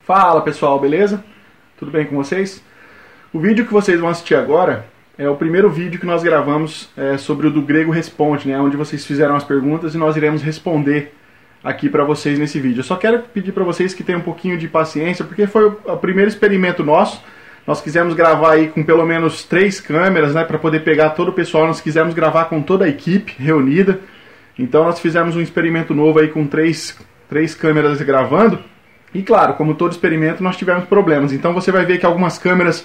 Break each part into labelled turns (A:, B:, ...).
A: Fala pessoal, beleza? Tudo bem com vocês? O vídeo que vocês vão assistir agora é o primeiro vídeo que nós gravamos é, sobre o do Grego Responde, né? Onde vocês fizeram as perguntas e nós iremos responder aqui para vocês nesse vídeo. Eu só quero pedir para vocês que tenham um pouquinho de paciência, porque foi o o primeiro experimento nosso. Nós quisemos gravar aí com pelo menos três câmeras, né, para poder pegar todo o pessoal. Nós quisemos gravar com toda a equipe reunida. Então nós fizemos um experimento novo aí com três, três câmeras gravando. E claro, como todo experimento, nós tivemos problemas. Então você vai ver que algumas câmeras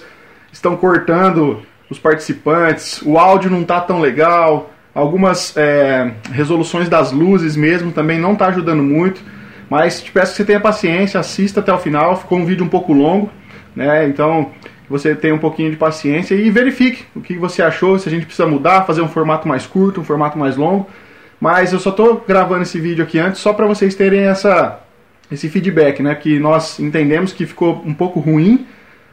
A: estão cortando os participantes, o áudio não tá tão legal, algumas é, resoluções das luzes mesmo também não tá ajudando muito. Mas te peço que você tenha paciência, assista até o final, ficou um vídeo um pouco longo, né? Então que você tenha um pouquinho de paciência e verifique o que você achou, se a gente precisa mudar, fazer um formato mais curto, um formato mais longo. Mas eu só estou gravando esse vídeo aqui antes só para vocês terem essa, esse feedback, né? Que nós entendemos que ficou um pouco ruim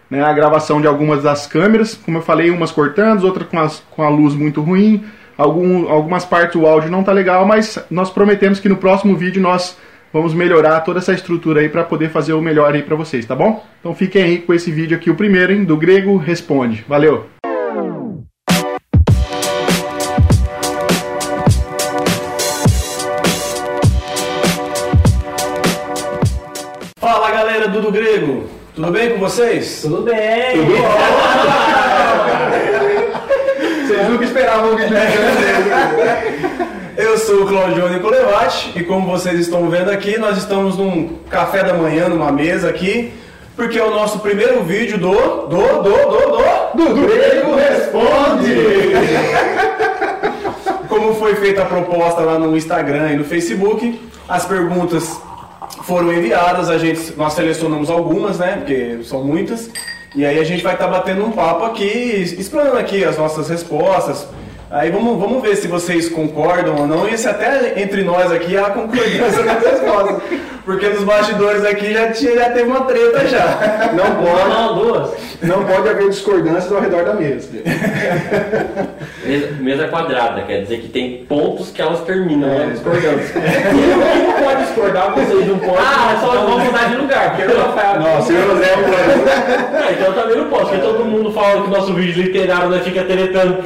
A: né, a gravação de algumas das câmeras, como eu falei, umas cortando, outras com, as- com a luz muito ruim, algum, algumas partes o áudio não tá legal, mas nós prometemos que no próximo vídeo nós vamos melhorar toda essa estrutura aí para poder fazer o melhor aí para vocês, tá bom? Então fiquem aí com esse vídeo aqui, o primeiro, hein, do Grego Responde. Valeu!
B: Fala galera do Do Grego, tudo bem com vocês?
C: Tudo bem?
A: Vocês nunca esperavam um vídeo
B: Eu sou o Claudio Nicolevati e como vocês estão vendo aqui, nós estamos num café da manhã, numa mesa aqui, porque é o nosso primeiro vídeo do. do, do, do, do. Do Grego Responde! Como foi feita a proposta lá no Instagram e no Facebook, as perguntas foram enviadas, a gente, nós selecionamos algumas, né? Porque são muitas. E aí a gente vai estar batendo um papo aqui, explanando aqui as nossas respostas. Aí vamos, vamos ver se vocês concordam ou não, e se até entre nós aqui há concordância nas respostas. Porque nos bastidores aqui já, tinha, já teve uma treta já.
D: Não
C: Não,
D: pode,
C: não, duas.
D: não pode haver discordâncias ao redor da mesa.
C: Mesa, mesa quadrada, quer dizer que tem pontos que elas terminam,
D: É,
C: né?
D: Discordâncias.
C: Quem não pode discordar, vocês não podem. Ah, só vão mudar de lugar, porque eu não falo.
D: Nossa, eu não
B: um
D: lembro.
C: Ah, então eu também não posso, porque todo mundo fala que nosso vídeo literário nós fica teletando.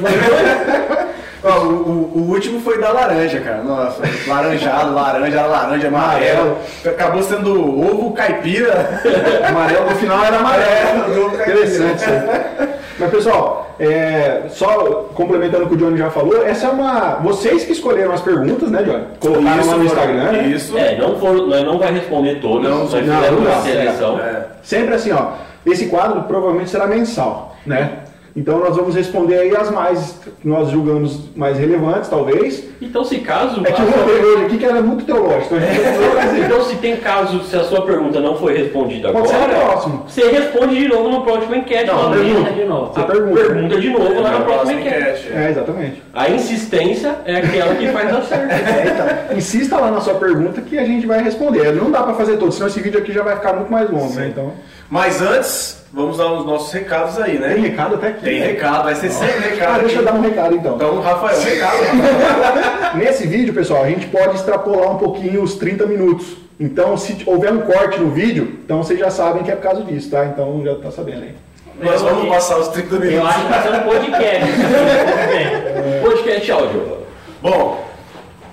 B: Ó, o, o- o último foi da laranja, cara. Nossa, laranjado, laranja, laranja, amarelo. Acabou sendo ovo caipira.
D: Amarelo no final era É,
B: Amarelo,
D: tá
B: ovo caipira.
D: Interessante isso aí. Mas pessoal, é, só complementando o que o Johnny já falou, essa é uma. Vocês que escolheram as perguntas, né, Johnny? Colocaram lá no Instagram. né?
B: Isso.
C: É, não, for, nós não vai responder todos,
B: Não,
C: nós
B: não,
C: fizemos
D: não
C: uma
D: dá,
C: seleção.
B: É.
D: Sempre assim, ó. Esse quadro provavelmente será mensal, né? Então nós vamos responder aí as mais que nós julgamos mais relevantes, talvez.
C: Então se caso.
D: É que
C: a
D: o
C: sua-
D: Rodrigo hoje aqui que era muito teológico. a gente não vai fazer.
C: Então se tem caso, se a sua pergunta não foi respondida
D: Pode ser no
C: agora,
D: próximo.
C: você responde de novo na próxima enquete. Não,
E: Pergunta de novo.
D: Você pergunta.
C: Pergunta de novo lá na próxima enquete.
B: enquete.
D: É, exatamente.
C: A insistência é aquela que faz dar certo.
D: É, então, insista lá na sua pergunta que a gente vai responder. É, Não dá pra fazer todo, senão esse vídeo aqui já vai ficar muito mais longo, né? Então,
B: Mas antes, vamos dar os nossos recados aí, né?
D: tem recado até aqui.
B: Tem
D: né?
B: recado, vai ser sempre recado.
D: Ah, deixa eu
B: aqui.
D: dar um recado então.
B: Então, Rafael, recado. Rafael.
D: Nesse vídeo, pessoal, a gente pode extrapolar um pouquinho os 30 minutos. Então, se houver um corte no vídeo, então vocês já sabem que é por causa disso, tá? Então já tá sabendo aí.
B: Nós vamos passar os 30
E: Eu
B: minutos.
E: acho que tá sendo podcast. Tudo bem.
C: é um Podcast áudio.
B: Bom,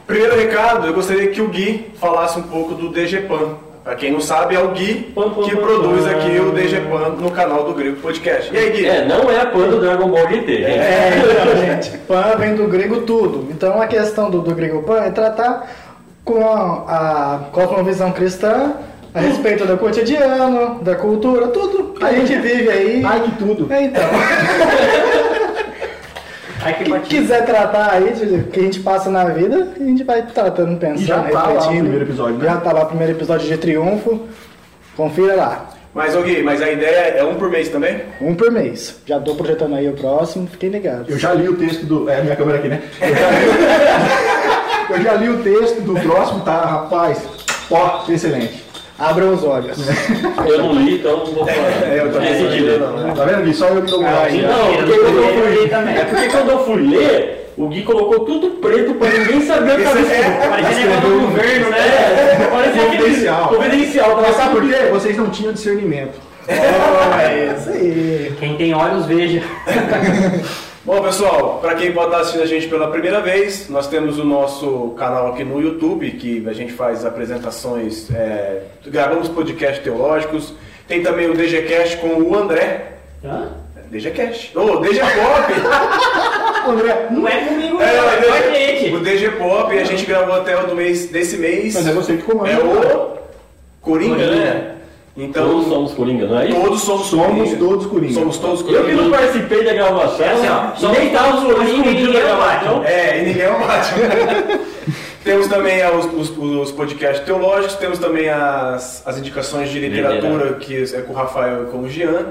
B: primeiro recado, eu gostaria que o Gui falasse um pouco do DGPAN. Pra quem não sabe, é o Gui
E: Pam, pam,
B: que
E: pam,
B: produz
E: pam.
B: aqui o DGPAN no canal do Grego Podcast. E aí, Gui?
C: É, não é a pan do Dragon Ball GT, gente.
F: É, então, gente, pan vem do grego tudo. Então a questão do, do grego pan é tratar com a, a cosmovisão cristã a respeito do cotidiano, da cultura, tudo que a gente vive aí.
D: Ai, que tudo!
F: É, Então,
E: Aí que
F: quem
E: batido.
F: quiser tratar aí de- do que a gente passa na vida, a gente vai tratando, pensando,
D: E já tá lá o
F: refletindo.
D: primeiro episódio, né?
F: Já tá lá o primeiro episódio de Triunfo. Confira lá.
B: Mas, ô Gui, mas a ideia é um por mês também?
F: Um por mês. Já tô projetando aí o próximo, fiquem ligados.
D: Eu já li o texto do. É, minha câmera aqui, né? Eu já li, Eu já li o texto do próximo, tá? Rapaz, ó, excelente.
F: Abram os olhos.
C: Eu não li, então não vou falar.
B: É, eu também
C: Decidi
B: não li,
C: ler.
B: não, né?
D: Tá vendo, Gui? Só eu que dou moral.
C: Não, porque quando eu fui- É porque quando eu fui ler, O Gui colocou tudo preto pra ninguém saber o que
B: Isso
C: tava
B: é-
C: escrito. É,
G: Parecia negócio do governo, né? Parecia aquele-
D: Confidencial.
C: Confidencial. tava
D: Mas sabe por
C: tudo-
D: quê? Vocês não tinham discernimento.
F: É isso aí.
G: Quem tem olhos, veja.
B: Bom, pessoal, para quem pode estar assistindo a gente pela primeira vez, nós temos o nosso canal aqui no YouTube, que a gente faz apresentações, é, gravamos podcasts teológicos. Tem também o DGCast com o André.
G: Hã?
B: DGCast. Ô, DG Pop!
D: André,
G: Não é comigo, não.
B: É,
G: É com a
B: o DG
G: gente.
B: o DG Pop, a gente gravou até o do mês, desse mês.
D: mas é você que comanda.
B: É o Coringa, né?
C: Todos
B: Então,
C: somos Coringa, não é isso?
B: todos somos
D: Somos
B: Coringa.
D: todos Coringa.
B: Somos todos
C: Eu que não
B: Coringa.
C: participei da gravação,
G: É assim, ó, só
C: nem tava os olhos
G: Coringa e
C: escondidos da
G: ninguém é o
C: gravação.
B: É, e ninguém é o Batman. temos também é, os, os- os podcasts teológicos, temos também as, as indicações de literatura, que é com o Rafael e com o Jean.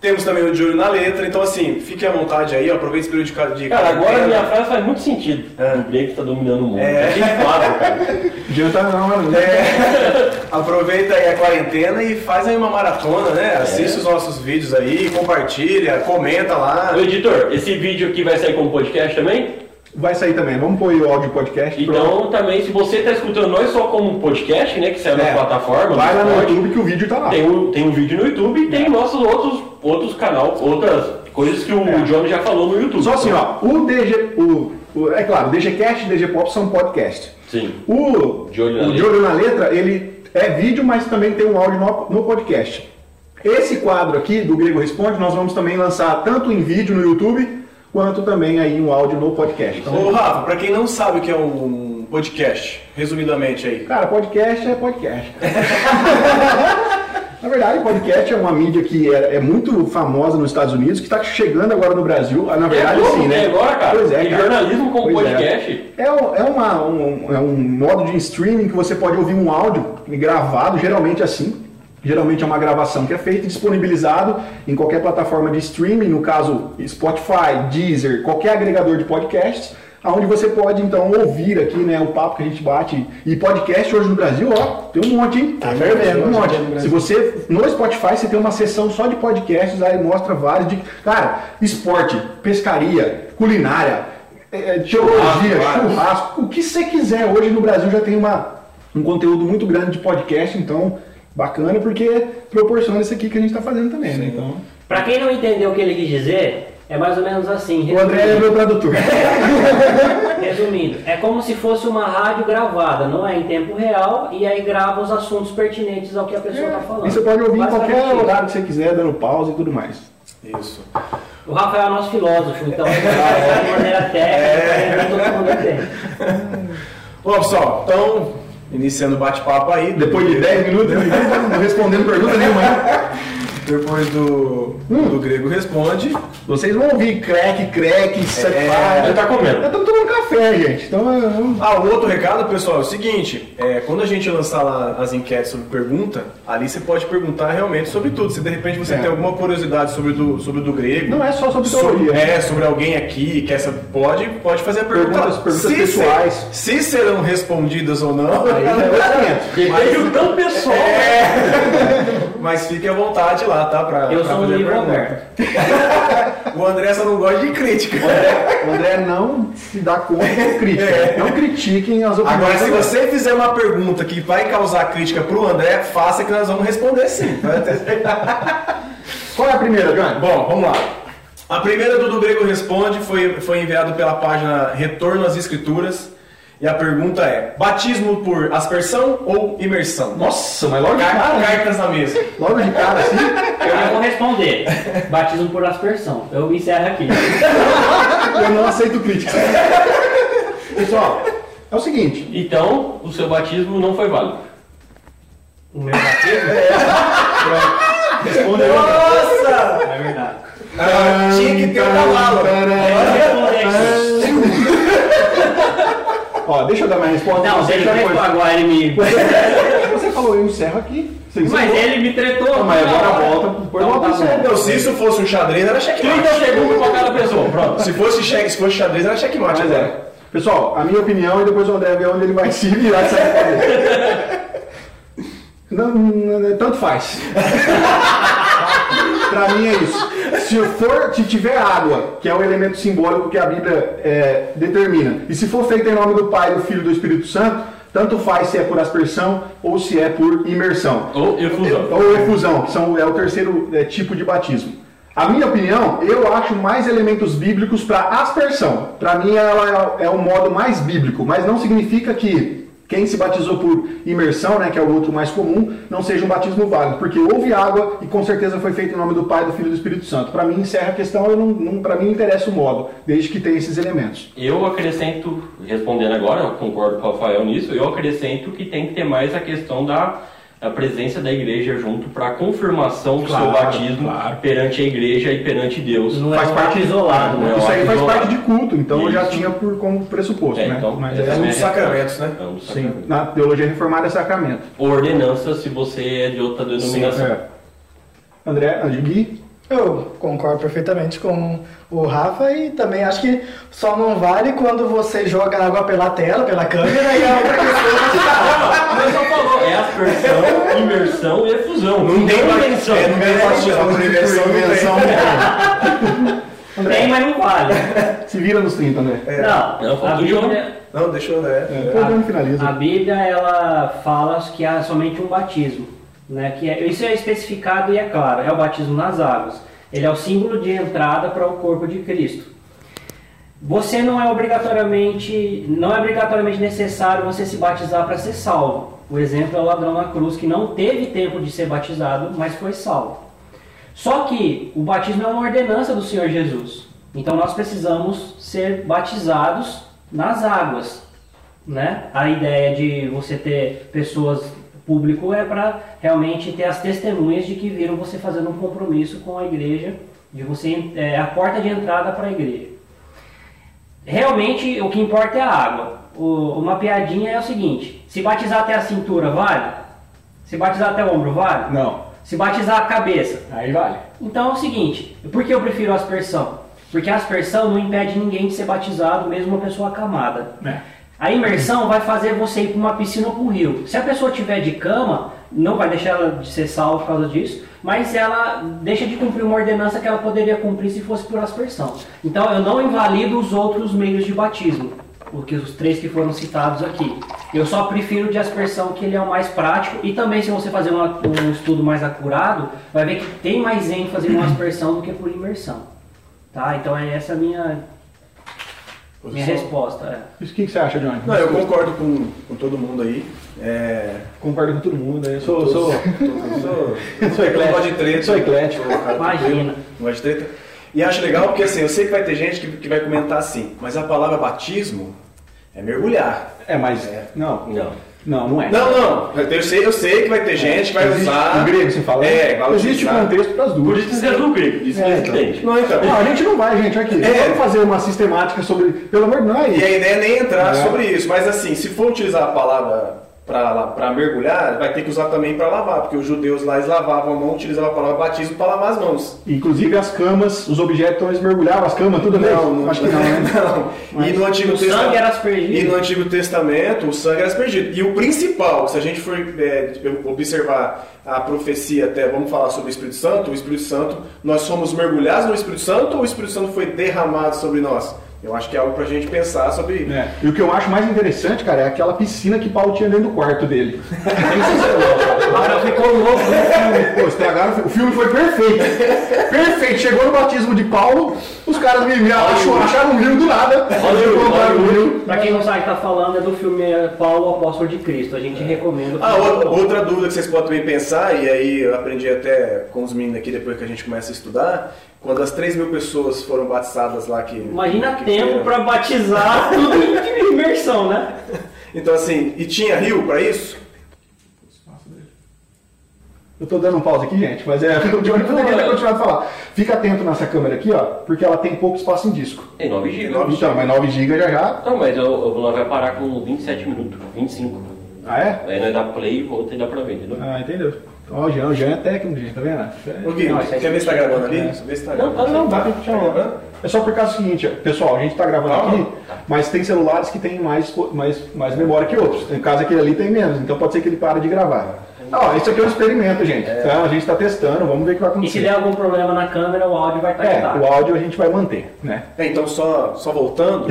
B: Temos também o De Olho na Letra, então assim, fiquem à vontade aí, ó, aproveite esse período de cada dia.
C: Cara,
D: É.
C: agora a minha frase faz muito sentido.
B: É.
C: O Blake tá dominando o mundo.
B: É.
C: É. claro, cara.
D: Adianta não, né, mano.
C: É.
B: Aproveita aí a quarentena e faz aí uma maratona, né? Assiste os nossos vídeos aí, compartilha, comenta lá.
C: Ô, editor, esse vídeo aqui vai sair como podcast também?
D: Vai sair também. Vamos pôr aí o áudio podcast. pronto.
C: Então, também, se você tá escutando nós só como podcast, né, que saiu na
D: É.
C: plataforma,
D: Vai lá no
C: Spotify,
D: YouTube É. que o vídeo tá lá.
C: Tem um, tem um vídeo no YouTube e tem nossos outros, outros canal, outras coisas que o
D: É.
C: Johnny já falou no YouTube.
D: Só assim, ó. O DG. O, o- é claro, DGCast e DG Pop são podcast.
C: Sim.
D: O
C: De olho na
D: o
C: letra.
D: de olho na letra, ele é vídeo, mas também tem um áudio no, no podcast. Esse quadro aqui do Grego Responde, nós vamos também lançar tanto em vídeo no YouTube, quanto também aí um áudio no podcast. Então,
B: Ô Rafa, pra quem não sabe o que é um podcast, resumidamente aí.
D: Cara, podcast é podcast. Na verdade, podcast é uma mídia que é, é muito famosa nos Estados Unidos, que está chegando agora no Brasil. Ah, Na verdade,
C: é
D: sim, né?
C: agora, cara.
D: Pois é,
C: Tem
D: cara.
C: jornalismo como
D: Pois é.
C: podcast.
D: É, um- é uma- um, é um modo de streaming que você pode ouvir um áudio gravado, geralmente assim. Geralmente é uma gravação que é feita e disponibilizado em qualquer plataforma de streaming, no caso Spotify, Deezer, qualquer agregador de podcasts, aonde você pode então ouvir aqui né, o papo que a gente bate. E podcast hoje no Brasil, ó, tem um monte, hein?
F: Tá fervendo
D: Tem um
F: hoje em
D: monte.
F: dia no Brasil.
D: Se você no Spotify você tem uma seção só de podcasts, aí mostra vários de cara, esporte, pescaria, culinária, eh, teologia,
B: Churrasco,
D: churrasco, o que você quiser. Hoje no Brasil já tem uma, um conteúdo muito grande de podcast, então bacana porque proporciona isso aqui que a gente está fazendo também, né? Então,
G: Pra quem não entendeu o que ele quis dizer, é mais ou menos assim.
D: o André é meu tradutor.
G: Resumindo, é como se fosse uma rádio gravada, não é em tempo real, e aí grava os assuntos pertinentes ao que a pessoa está falando.
D: E você pode ouvir em qualquer
G: Basicamente isso.
D: lugar que você quiser, dando pausa e tudo mais.
B: Isso.
G: O Rafael é nosso filósofo, então ele vai de maneira
D: É.
G: técnica, pra todo mundo entender.
B: Bom, pessoal, então, iniciando o bate-papo aí.
D: Depois de 10 minutos, não respondendo pergunta nenhuma. né?
B: Depois do, do Grego Responde.
D: Vocês vão ouvir crack, crack, sacada.
C: Já tá comendo.
D: Eu tô tomando café, gente. Então, eu- eu-
B: Ah, um outro recado, pessoal, é o seguinte: é, quando a gente lançar lá as enquetes sobre pergunta, ali você pode perguntar realmente sobre tudo. Se de repente você
D: É.
B: tem alguma curiosidade sobre o do, sobre o do grego.
D: não é só sobre
B: Sobre,
D: teoria.
B: é, sobre alguém aqui que essa pode, pode fazer a pergunta.
D: Perguntas- perguntas
B: se, ser-
D: pessoais.
B: se serão respondidas ou não,
D: Aí é outro
C: Depende
D: um
C: do tanto pessoal.
G: É,
B: mas fique à vontade lá, tá? Pra,
G: Eu
B: pra
G: sou um
B: fazer a
G: livro
B: pergunta.
G: aberto.
B: O André só não gosta de crítica.
D: momento. O André não se dá conta do crítica.
B: É.
D: Não critiquem as opiniões.
B: Agora, se
D: do André.
B: você fizer uma pergunta que vai causar crítica pro André, faça que nós vamos responder sim.
D: Qual é a primeira, Johnny?
B: Bom, vamos lá. A primeira do, do Grego Responde foi, foi enviado pela página Retorno às Escrituras. E a pergunta é: batismo por aspersão ou imersão?
D: Nossa, mas logo de
B: Car-
D: cara. né?
B: cartas na mesa.
D: Logo de cara, assim.
G: Eu já vou responder. Batismo por aspersão. Eu encerro aqui.
D: Eu não aceito crítica. Pessoal, é o seguinte.
C: Então, o seu batismo não foi válido.
G: O meu batismo?
D: Respondeu.
B: Nossa!
G: É verdade.
B: Ah, tinha que ter o cavalo.
D: é,
G: Eu vou responder isso.
D: Ó, deixa eu dar minha resposta.
G: Não, se ele
D: Ah, já
G: tretou
D: foi.
G: agora ele me.
D: Você falou, eu encerro aqui. Você
G: Mas
D: encerrou.
G: ele me tretou.
D: Mas
G: na hora.
D: agora volta. Põe
G: Então
D: uma
G: tá
D: pessoa.
G: bom.
B: Não, se isso fosse um xadrez, era checkmate.
C: 30 segundos pra cada pessoa. Pronto.
B: Se fosse, cheque, né? se fosse xadrez, era checkmate.
D: Mas
B: André.
D: é. Pessoal, a minha opinião e depois o André vê onde ele vai se virar e sair fora. Não, não, não, tanto faz.
A: Pra mim é isso. Se for, se tiver água, que é o elemento simbólico que a Bíblia é, determina, e se for feito em nome do Pai, do Filho e do Espírito Santo, tanto faz se é por aspersão ou se é por imersão.
C: Ou efusão.
A: Ou efusão, Então, que são, é o terceiro é, tipo de batismo. A minha opinião, eu acho mais elementos bíblicos para aspersão. Para mim, ela é, é o modo mais bíblico, mas não significa que quem se batizou por imersão, né, que é o outro mais comum, não seja um batismo válido, porque houve água e com certeza foi feito em nome do Pai, do Filho e do Espírito Santo. Para mim, encerra a questão, eu não, não, para mim interessa o modo, desde que tenha esses elementos.
C: Eu acrescento, respondendo agora, eu concordo com o Rafael nisso, eu acrescento que tem que ter mais a questão da, da presença da igreja junto para a confirmação do seu
A: Claro,
C: batismo perante a igreja e perante Deus.
G: Não é
A: Faz
G: um
A: parte-
G: ato isolado, né?
C: Não, é um
A: Isso aí faz
C: isolado.
A: parte de culto, então eu já
C: Isso.
A: tinha por, como pressuposto,
C: É,
A: né?
C: então,
A: mas
C: essa
A: é,
C: é a
A: um-
C: minha
B: dos sacramentos, né?
C: É um dos
A: sim,
C: sacramentos.
A: na teologia reformada é sacramento.
C: Ordenança se você é de outra denominação.
A: É. André, ah, Gui,
F: Eu concordo perfeitamente com o Rafa e também acho que só não vale quando você joga água pela tela, pela câmera e a outra pessoa.
C: Mas só falou, é aspersão, imersão e efusão. Não
B: tem mais-
C: menção.
B: é, não
A: né?
B: tem mais-
G: Tem, mas não vale.
A: se vira nos né? 30, André.
B: É.
C: Não,
G: Não,
C: foi
G: a
C: tudo de novo.
G: Bíblia,
B: Não, deixa eu ver.
A: É. O Dani finaliza.
G: A Bíblia ela fala que há somente um batismo, né? Que é, isso é especificado e é claro, é o batismo nas águas. Ele é o símbolo de entrada para o corpo de Cristo. Você não é obrigatoriamente, não é obrigatoriamente necessário você se batizar para ser salvo. O exemplo é o ladrão na cruz que não teve tempo de ser batizado, mas foi salvo. Só que o batismo é uma ordenança do Senhor Jesus. Então nós precisamos ser batizados nas águas, né? A ideia de você ter pessoas público é para realmente ter as testemunhas de que viram você fazendo um compromisso com a igreja, de você é a porta de entrada para a igreja. Realmente o que importa é a água. O- uma piadinha é o seguinte: se batizar até a cintura vale? Se batizar até o ombro vale?
A: Não.
G: Se batizar a cabeça
A: Aí vale.
G: então é o seguinte, por que eu prefiro aspersão? Porque a aspersão não impede ninguém de ser batizado, mesmo uma pessoa acamada. A imersão vai fazer você ir para uma piscina ou para um rio. Se a pessoa tiver de cama, não vai deixar ela de ser salva por causa disso, mas ela deixa de cumprir uma ordenança que ela poderia cumprir se fosse por aspersão. Então eu não invalido os outros meios de batismo, porque os três que foram citados aqui. Eu só prefiro o de aspersão, que ele é o mais prático, e também se você fazer uma- um estudo mais acurado, vai ver que tem mais ênfase no aspersão do que por imersão. Tá? Então é essa a minha, minha resposta. é.
A: Isso, o que que você acha, Johnny?
B: Não, eu concordo com, com todo mundo aí. É,
A: Concordo com todo mundo, né? Sou,
B: Todos-
A: sou...
B: todos- sou-
A: Sou
B: eu
A: eclético.
B: não gosto de treta.
A: Sou eclético.
B: Sou um cara
G: Imagina.
B: tranquilo, Não gosto de treta. E acho legal porque assim, eu sei que vai ter gente que, que vai comentar assim, mas a palavra batismo é mergulhar.
A: É, mas... Não,
C: Não.
A: não, não é.
B: Não, não. Eu sei, eu sei que vai ter gente que vai
A: Existe-
B: usar.
A: Em grego, você fala?
B: É, vai
A: Existe um
B: utilizar.
A: contexto para as
C: Por
A: duas.
C: isso que é do grego, isso que
A: É,
C: é
A: então.
C: crente.
B: Não, então.
A: Não, a gente não vai, gente, aqui.
B: É.
A: Vamos fazer uma sistemática sobre... Pelo amor de Deus, não é
B: E
A: isso.
B: a ideia é nem entrar
A: É.
B: sobre isso, mas assim, se for utilizar a palavra para mergulhar, vai ter que usar também para lavar, porque os judeus lá eles lavavam a mão, utilizavam a palavra batismo para lavar as mãos.
A: Inclusive as camas, os objetos, então eles mergulhavam as camas, tudo bem? Acho que não, né?
B: não. E no Antigo
G: O sangue
B: Testamento.
G: era aspergido.
B: E no Antigo Testamento, o sangue era aspergido. E o principal, se a gente for é, observar a profecia, até vamos falar sobre o Espírito Santo, o Espírito Santo, nós somos mergulhados no Espírito Santo ou o Espírito Santo foi derramado sobre nós? Eu acho que é algo pra gente pensar sobre.
A: É. E o que eu acho mais interessante, cara, é aquela piscina que Paulo tinha dentro do quarto dele. Agora ficou louco né? no filme. Pô, estragaram o filme. O filme foi perfeito. Perfeito. Chegou no batismo de Paulo, os caras me me acham- acharam um rio do nada. Encontraram um rio.
G: Pra quem não sabe o que tá falando, é do filme Paulo Apóstolo de Cristo. A gente recomenda.
B: Ah, outra, outra dúvida que vocês podem também pensar, e aí eu aprendi até com os meninos aqui depois que a gente começa a estudar, quando as 3 mil pessoas foram batizadas lá que.
G: Imagina
B: que
G: tempo
B: tinha-
G: pra batizar tudo em imersão, né?
B: Então assim, e tinha rio pra isso?
A: Eu tô dando um pause aqui, gente, mas é o Johnny poderia ter continuado a falar. Fica atento nessa câmera aqui, ó, porque ela tem pouco espaço em disco.
C: Tem 9 gigas.
B: Nove
A: Então, mas 9 GB já já.
C: Não, mas eu, eu, nós vai parar com 27 minutos, 25.
A: Ah, é?
C: Aí nós dá play e volta e dá pra ver, entendeu?
A: Ah, entendeu. Ó, o Jean, o Jean é técnico, gente, tá vendo?
B: Ô Gui,
C: Não, isso aí
B: quer ver se tá gravando ali? Vê se tá
C: Não,
B: gravando. né?
C: tá
A: Não, dá pra gente chamar. É só por causa do seguinte, pessoal, a gente tá gravando
G: Ah,
A: aqui, mas tem celulares que tem mais, mais, mais memória que outros. Tem caso aquele ali tem menos, então pode ser que ele pare de gravar. Ó, isso aqui é um experimento, gente. Então, a gente está testando, vamos ver o que vai
G: E se
A: acontecer.
G: der algum problema na câmera, o áudio vai tá estar
A: É,
G: quitado.
A: o áudio a gente vai manter, né?
B: É, então, só, só voltando,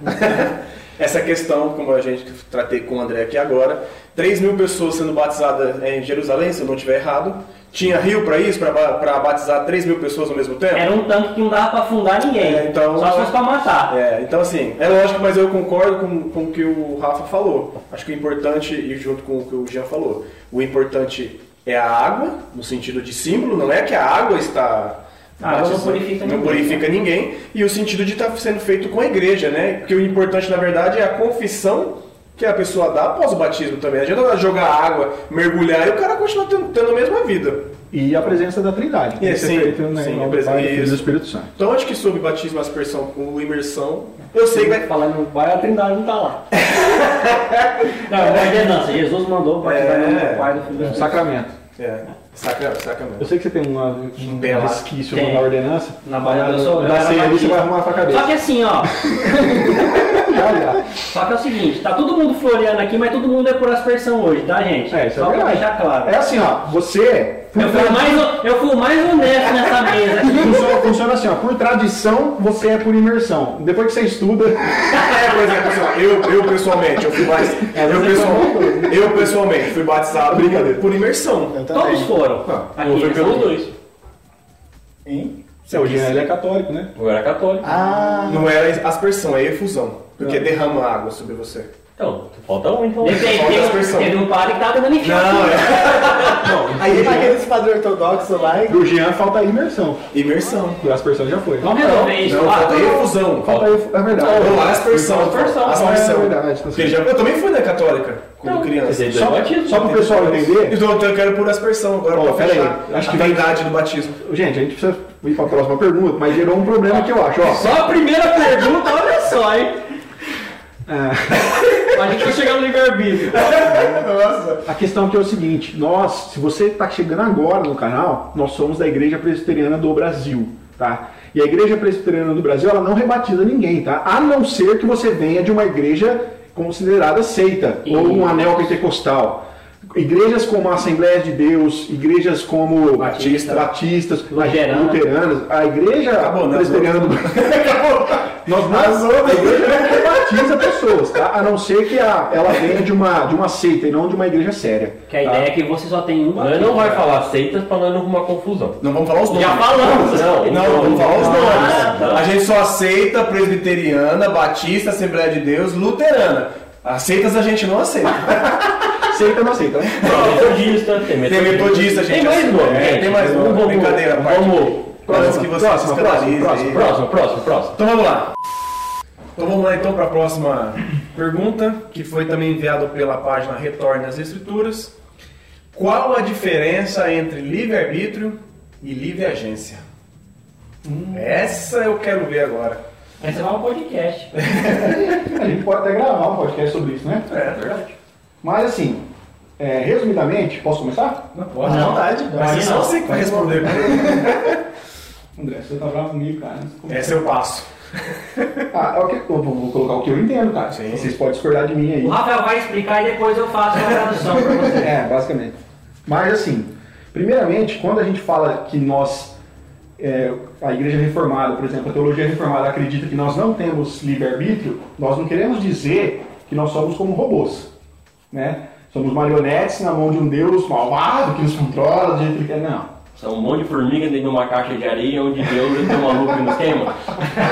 B: essa questão, como a gente tratei com o André aqui agora, 3 mil pessoas sendo batizadas em Jerusalém, se eu não estiver errado. Tinha rio para isso, para batizar 3 mil pessoas ao mesmo tempo?
G: Era um tanque que não dava pra afundar ninguém.
B: É, então-
G: Só se fosse pra matar.
B: É, então assim, é lógico, mas eu concordo com, com o que o Rafa falou. Acho que o importante, e junto com o que o Jean falou, o importante é a água, no sentido de símbolo, não é que a água está.
G: A água não
B: batizando,
G: purifica
B: não
G: ninguém. né?
B: purifica ninguém, E o sentido de estar sendo feito com a igreja, né? Porque o importante, na verdade, é a confissão que a pessoa dá após o batismo também. Não adianta ela jogar água, mergulhar e o cara continua tendo, tendo a mesma vida.
A: E a presença da Trindade.
B: E É, sim,
A: né,
B: sim,
A: em
B: a
A: nome do
B: presença-
A: Pai, do Filho e
B: isso.
A: do Espírito Santo.
B: Então acho que sobre batismo, aspersão ou imersão, eu sei que vai
G: Falando, vai a trindade não tá lá. não, é uma ordenança. Jesus mandou batizar no nome
B: É.
G: do Pai, do Filho e do
A: Um
G: Espírito
A: sacramento.
B: É, saca, saca mesmo.
A: Eu sei que você tem uma, um
B: Tem lá.
A: resquício
G: Tem.
A: na ordenança.
G: Na Baía da
A: Na-
G: Sol-
A: Na
G: da
A: ceia ali você
G: Batista.
A: vai arrumar a sua cabeça.
G: Só que assim, ó.
A: Já, já.
G: Só que é o seguinte, tá todo mundo floreando aqui, mas todo mundo é por aspersão hoje, tá, gente?
A: É, isso é
G: Só pra
A: verdade.
G: deixar claro.
A: É assim, ó. Você.
G: Eu fui, o mais, o- eu fui o mais honesto nessa mesa aqui.
A: Funciona, funciona assim, ó. Por tradição, você é por imersão. Depois que você estuda.
B: É, por exemplo, assim, ó, eu, eu pessoalmente, eu fui batizado. Eu, pessoal, eu pessoalmente fui batizado por, por imersão.
F: Eu também.
G: Todos foram. Aqui,
C: Ah,
G: né?
C: Eu fui
G: nessa
C: pelos
G: mesa.
C: dois.
F: Hein?
A: Você é o Jean, ele é católico, né?
C: Eu era católico.
F: Ah,
B: Não era aspersão, é efusão. Porque derrama água sobre você.
C: Então, falta um então.
G: Depende,
B: Só das
G: teve,
B: pessoas.
G: teve um padre que tava dando enfio.
F: aí tá aqueles padres ortodoxos lá e
A: Do Jean falta a imersão.
B: Imersão.
A: E as pessoas já foi.
G: Vamos resolver isso.
B: Não,
G: Ah,
B: falta efusão.
A: Falta aí, é verdade.
B: Não, aspersão.
C: Aspersão.
A: É
B: Aspersão.
A: verdade, tá
B: Porque já- Eu também fui na católica, quando criança.
C: Só batismo.
A: Só pro pessoal entender,
B: Então eu quero por aspersão agora,
A: Ó,
B: pra
A: pera aí,
B: fechar
A: acho
B: acho
A: que
B: que a
A: vai-
B: idade do batismo.
A: gente, a gente precisa ir pra próxima pergunta, mas gerou um problema que eu acho, ó.
G: Só a primeira pergunta, olha só, hein? É. A gente vai chegar no livre-arbítrio.
A: A questão aqui é o seguinte: nós, se você está chegando agora no canal, nós somos da Igreja Presbiteriana do Brasil, tá? E a Igreja Presbiteriana do Brasil, ela não rebatiza ninguém, tá? A não ser que você venha de uma igreja considerada seita ou um anel pentecostal. Igrejas como a Assembleia de Deus, igrejas como
B: Batista.
A: batistas,
G: Luterana.
A: luteranas, a Igreja
B: Acabou, né?
A: Presbiteriana do Brasil. Nós não, a igreja não batiza pessoas, tá? A não ser que a, ela venha de uma, de uma seita e não de uma igreja séria.
G: Que a ideia é que você só tem um
C: Nós não vai falar seitas pra nós não arrumar confusão.
B: Não vamos falar os nomes.
G: Já falamos.
C: Não,
B: Não, vamos falar os
G: Ah,
B: nomes. A gente só aceita presbiteriana, batista, Assembleia de Deus, luterana. Aceitas a gente não aceita.
A: Seita não aceita, né?
C: Tem metodista, tem
B: Tem metodista, a gente
C: Tem mais
B: aceita.
C: nome,
B: É,
C: gente.
B: tem mais
C: Não
B: nome.
C: vamos-
B: Brincadeira, à parte.
C: Vamos.
B: Antes que você se
A: próxima,
B: escandalize.
A: próxima,
B: aí.
C: Próximo, próximo, próximo.
B: Então vamos lá. Então vamos lá então para a próxima pergunta, que foi também enviada pela página Retorne às Escrituras. Qual a diferença entre livre-arbítrio e livre-agência?
C: Hum.
B: Essa eu quero ver agora.
G: Aí você vai um podcast.
A: A gente pode até gravar um podcast sobre isso, né?
B: É verdade.
A: Mas assim, é, resumidamente, posso começar?
B: Não pode.
G: Não.
F: vontade.
B: Mas
G: Aí
B: só
G: não.
B: você que vai responder.
A: André, você tá bravo comigo, cara.
B: Essa eu passo.
A: Ah, é o que, eu vou, vou colocar o que eu entendo, cara.
B: Sim.
A: Vocês podem discordar de mim aí.
G: O Rafael vai explicar e depois eu faço uma tradução pra você.
A: É, basicamente. Mas assim, primeiramente, quando a gente fala que nós, é, a igreja reformada, por exemplo, a teologia é reformada acredita que nós não temos livre-arbítrio, nós não queremos dizer que nós somos como robôs, né? Somos marionetes na mão de um Deus malvado que nos controla do jeito que ele quer. Não.
C: São um monte de formiga dentro de uma caixa de areia onde Deus tem um maluco no esquema.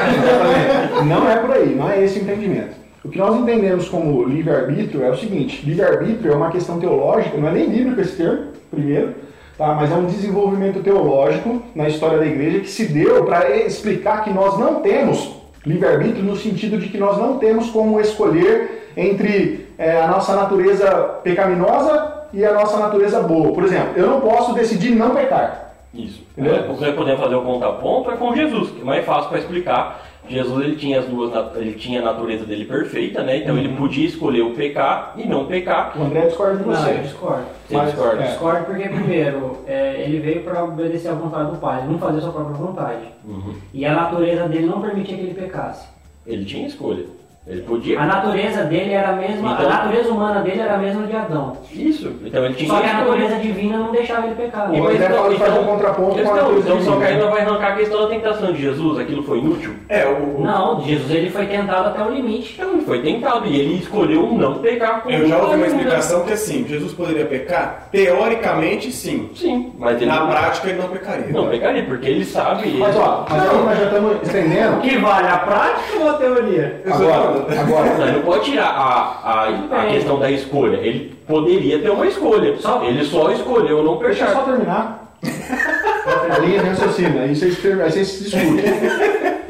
A: Exatamente. Não é por aí, não é esse o entendimento. O que nós entendemos como livre-arbítrio é o seguinte: livre-arbítrio é uma questão teológica, não é nem bíblico esse termo, primeiro, tá? mas é um desenvolvimento teológico na história da igreja que se deu para explicar que nós não temos livre-arbítrio no sentido de que nós não temos como escolher entre é, a nossa natureza pecaminosa e a nossa natureza boa. Por exemplo, eu não posso decidir não pecar.
C: Isso. É, O que nós podemos fazer o contraponto é com Jesus, que é mais fácil para explicar. Jesus ele tinha as duas, nat- ele tinha a natureza dele perfeita, né? Então ele podia escolher o pecar e não pecar.
A: O André discorda de
G: Não,
A: você.
G: eu discordo.
C: Ele discorda.
A: é.
G: Discordo porque, primeiro, é, ele veio para obedecer à vontade do Pai, ele não fazer Uhum. sua própria vontade. E a natureza dele não permitia que ele pecasse.
C: Ele tinha escolha. Ele podia.
G: A natureza dele era a mesma,
C: Então-
G: a natureza humana dele era a mesma de Adão.
C: Isso. Então ele tinha
G: Só que a
C: escolha.
G: natureza divina não deixava ele pecar.
C: E,
A: Bom,
C: mas,
A: ele vai fazer um contraponto
C: é então,
A: com a natureza
C: então só que
A: divina.
C: ainda vai arrancar a questão da tentação de Jesus, aquilo foi inútil.
B: É, o, o-
G: Não, Jesus ele foi tentado até o limite.
C: Então ele foi tentado e ele escolheu não pecar. com
B: eu já ouvi uma
C: Deus, né?
B: explicação que assim, Jesus poderia pecar? Teoricamente, sim.
C: Sim, mas ele
B: Na
C: não,
B: prática, ele não pecaria.
C: não pecaria, porque ele sabe.
A: Mas
C: ele-
A: ó, mas agora nós já estamos estendendo.
G: Que vale a prática ou a teoria?
A: Agora, agora.
C: Não, ele não pode tirar a, a, a
G: É.
C: questão da escolha. Ele poderia ter uma escolha.
G: Só-
C: Ele só escolheu não
A: Deixa eu
C: pecar.
A: só terminar. A linha de raciocínio, aí vocês, ter- aí vocês discutem.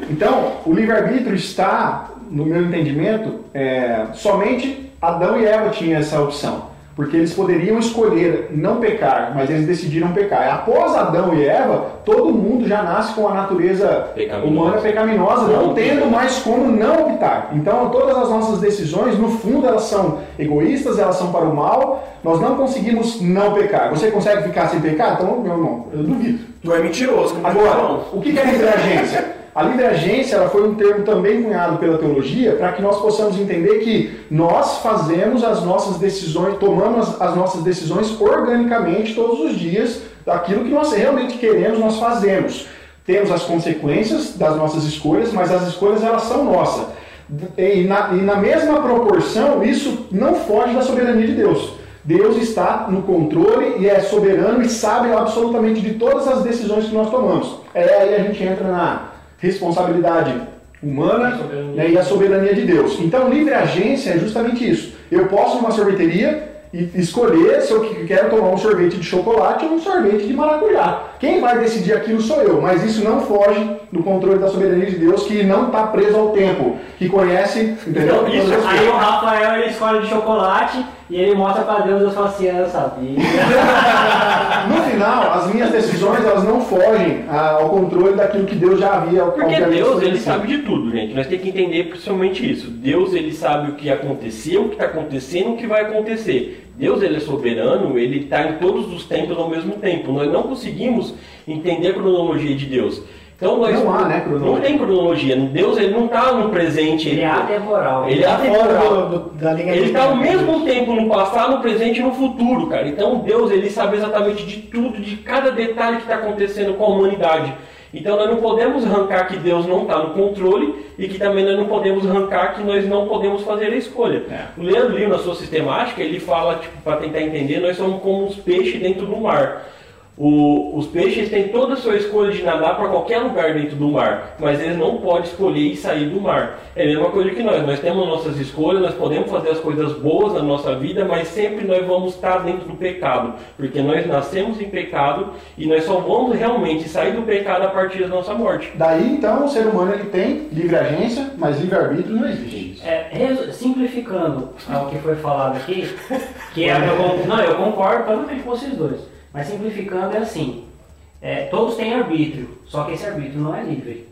A: Então, o livre-arbítrio está, no meu entendimento, é, somente Adão e Eva tinham essa opção. Porque eles poderiam escolher não pecar, mas eles decidiram pecar. Após Adão e Eva, todo mundo já nasce com a natureza
C: Pecaminosa.
A: humana pecaminosa, não
C: Não.
A: tendo mais como não optar. Então, todas as nossas decisões, no fundo, elas são egoístas, elas são para o mal. Nós não conseguimos não pecar. Você consegue ficar sem pecar? Então, meu irmão, eu duvido.
B: Tu é mentiroso. como
A: Agora,
B: não.
A: o que que é livre-agência? A livre-agência ela foi um termo também cunhado pela teologia para que nós possamos entender que nós fazemos as nossas decisões, tomamos as- as nossas decisões organicamente todos os dias daquilo que nós realmente queremos, nós fazemos. Temos as consequências das nossas escolhas, mas as escolhas elas são nossas. E na, e na mesma proporção, isso não foge da soberania de Deus. Deus está no controle e é soberano e sabe absolutamente de todas as decisões que nós tomamos. É aí a gente entra na responsabilidade humana né, e a soberania de Deus. Então, livre agência é justamente isso. Eu posso ir numa sorveteria e escolher se eu que- quero tomar um sorvete de chocolate ou um sorvete de maracujá. Quem vai decidir aquilo sou eu, mas isso não foge do controle da soberania de Deus, que não está preso ao tempo, que conhece, entendeu?
G: Então,
A: Então,
C: Não, isso
A: Todas as
G: Aí o Rafael ele escolhe de chocolate e ele mostra pra Deus as facinhas eu sabia.
A: No final, as minhas decisões elas não fogem ah, ao controle daquilo que Deus já havia.
C: Porque
A: obviamente,
C: Deus, ele
A: estabelecido.
C: sabe de tudo, gente. Nós temos que entender principalmente isso. Deus, ele sabe o que aconteceu, o que está acontecendo, o que vai acontecer. Deus, ele é soberano, ele está em todos os tempos ao mesmo tempo. Nós não conseguimos entender a cronologia de Deus. Então, nós,
A: Não há, né, cronologia.
C: Não tem cronologia. Deus, ele não está no presente.
G: Ele é atemporal.
C: Ele é
F: Tá dentro
C: atemporal.
F: do- do- da linha
C: Ele
F: de-
C: está ao mesmo tempo no passado, no presente e no futuro, cara. Então Deus ele sabe exatamente de tudo, de cada detalhe que está acontecendo com a humanidade. Então nós não podemos arrancar que Deus não está no controle e que também nós não podemos arrancar que nós não podemos fazer a escolha. O Leandro Lima, na sua sistemática, ele fala, tipo, para tentar entender, nós somos como os peixes dentro do mar. O- os peixes têm toda a sua escolha de nadar para qualquer lugar dentro do mar, mas eles não podem escolher e sair do mar. É a mesma coisa que nós, nós temos nossas escolhas, nós podemos fazer as coisas boas na nossa vida, mas sempre nós vamos estar dentro do pecado, porque nós nascemos em pecado e nós só vamos realmente sair do pecado a partir da nossa morte.
A: Daí, então, o ser humano ele tem livre agência, mas livre arbítrio não existe.
G: É, resu- simplificando ao que foi falado aqui, que é, eu, con- não, eu concordo plenamente com vocês dois, mas simplificando é assim, é, todos têm arbítrio, só que esse arbítrio não é livre.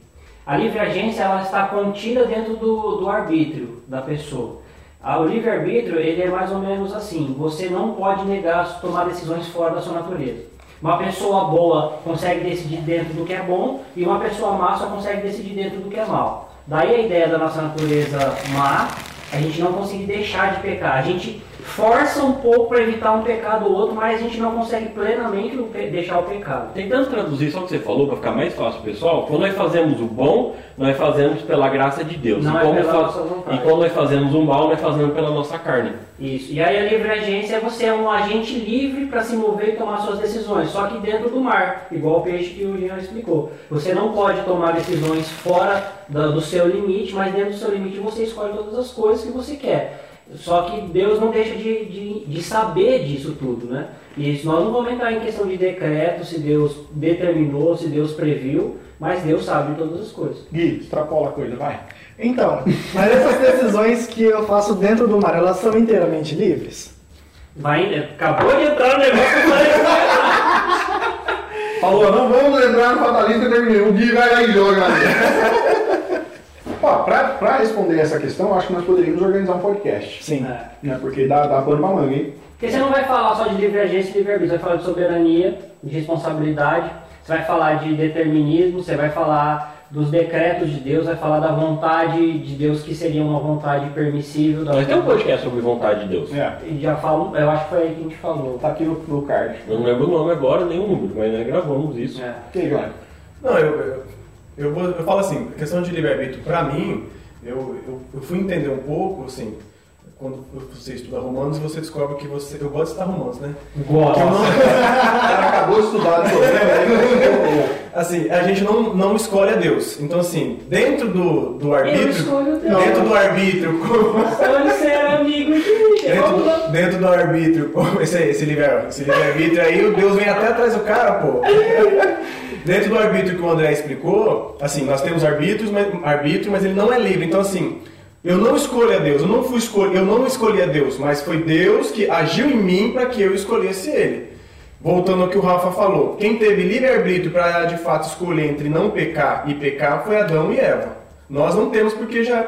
G: A livre agência ela está contida dentro do, do arbítrio da pessoa. A- Ah, O livre arbítrio ele é mais ou menos assim, você não pode negar tomar decisões fora da sua natureza. Uma pessoa boa consegue decidir dentro do que é bom e uma pessoa má só consegue decidir dentro do que é mal. Daí a ideia da nossa natureza má, a gente não consegue deixar de pecar. A gente força um pouco para evitar um pecado ou outro, mas a gente não consegue plenamente o pe- deixar o pecado.
C: Tentando traduzir só o que você falou para ficar mais fácil, pessoal, quando nós fazemos o bom, nós fazemos pela graça de Deus.
G: Não
C: e,
G: é
C: quando
G: pela
C: nós fa-
G: nossa vontade.
C: e quando nós fazemos o mal, nós fazemos pela nossa carne.
G: Isso. E aí a livre agência é você é um agente livre para se mover e tomar suas decisões, só que dentro do mar, igual o peixe que o Jean explicou. Você não pode tomar decisões fora da- do seu limite, mas dentro do seu limite você escolhe todas as coisas que você quer. Só que Deus não deixa de, de, de saber disso tudo, né? E isso nós não vamos entrar em questão de decreto, se Deus determinou, se Deus previu, mas Deus sabe de todas as coisas.
A: Gui, extrapola a coisa, vai.
F: Então, mas essas decisões que eu faço dentro do mar, elas são inteiramente livres?
G: Vai, acabou de entrar no negócio. mas-
A: Falou, não vamos lembrar no fatalista terminou. O Gui vai lá e joga. né? Ó, pra, pra responder essa questão, acho que nós poderíamos organizar um podcast.
F: Sim.
G: É.
A: Né? Porque dá, dá pano pra manga, hein?
G: Porque você não vai falar só de livre agência e livre arbítrio, você vai falar de soberania, de responsabilidade, você vai falar de determinismo, você vai falar dos decretos de Deus, vai falar da vontade de Deus que seria uma vontade permissível. Da
C: Nós temos um podcast sobre vontade de Deus.
D: É.
G: E Já falo, eu acho que foi aí que a gente falou.
A: Tá aqui no, no card.
C: Eu não lembro o nome agora, nem o número, mas nós gravamos isso.
G: É.
A: Que Johnny?
B: Não, eu, eu, eu, vou- eu falo assim, questão de livre-arbítrio, pra mim, eu, eu, eu fui entender um pouco, assim, quando você estuda romanos, você descobre que você... Eu gosto de citar romanos, né?
G: Gosto.
A: Então, O cara acabou de estudar. né?
B: Assim, a gente não, não escolhe a Deus. Então, assim, dentro do, do arbítrio...
G: escolho Deus.
B: Dentro do arbítrio... como-
G: Então ele será amigo de Vamos lá.
B: Dentro, dentro do arbítrio, pô, esse, esse livre- esse livre-arbítrio aí, o Deus vem até atrás do cara, pô. Dentro do arbítrio que o André explicou, assim, nós temos arbítrios, mas, arbítrio, mas ele não é livre. Então, assim, eu não escolho a Deus, eu não, fui escolher, eu não escolhi a Deus, mas foi Deus que agiu em mim para que eu escolhesse ele. Voltando ao que o Rafa falou, quem teve livre-arbítrio para de fato escolher entre não pecar e pecar foi Adão e Eva. Nós não temos porque já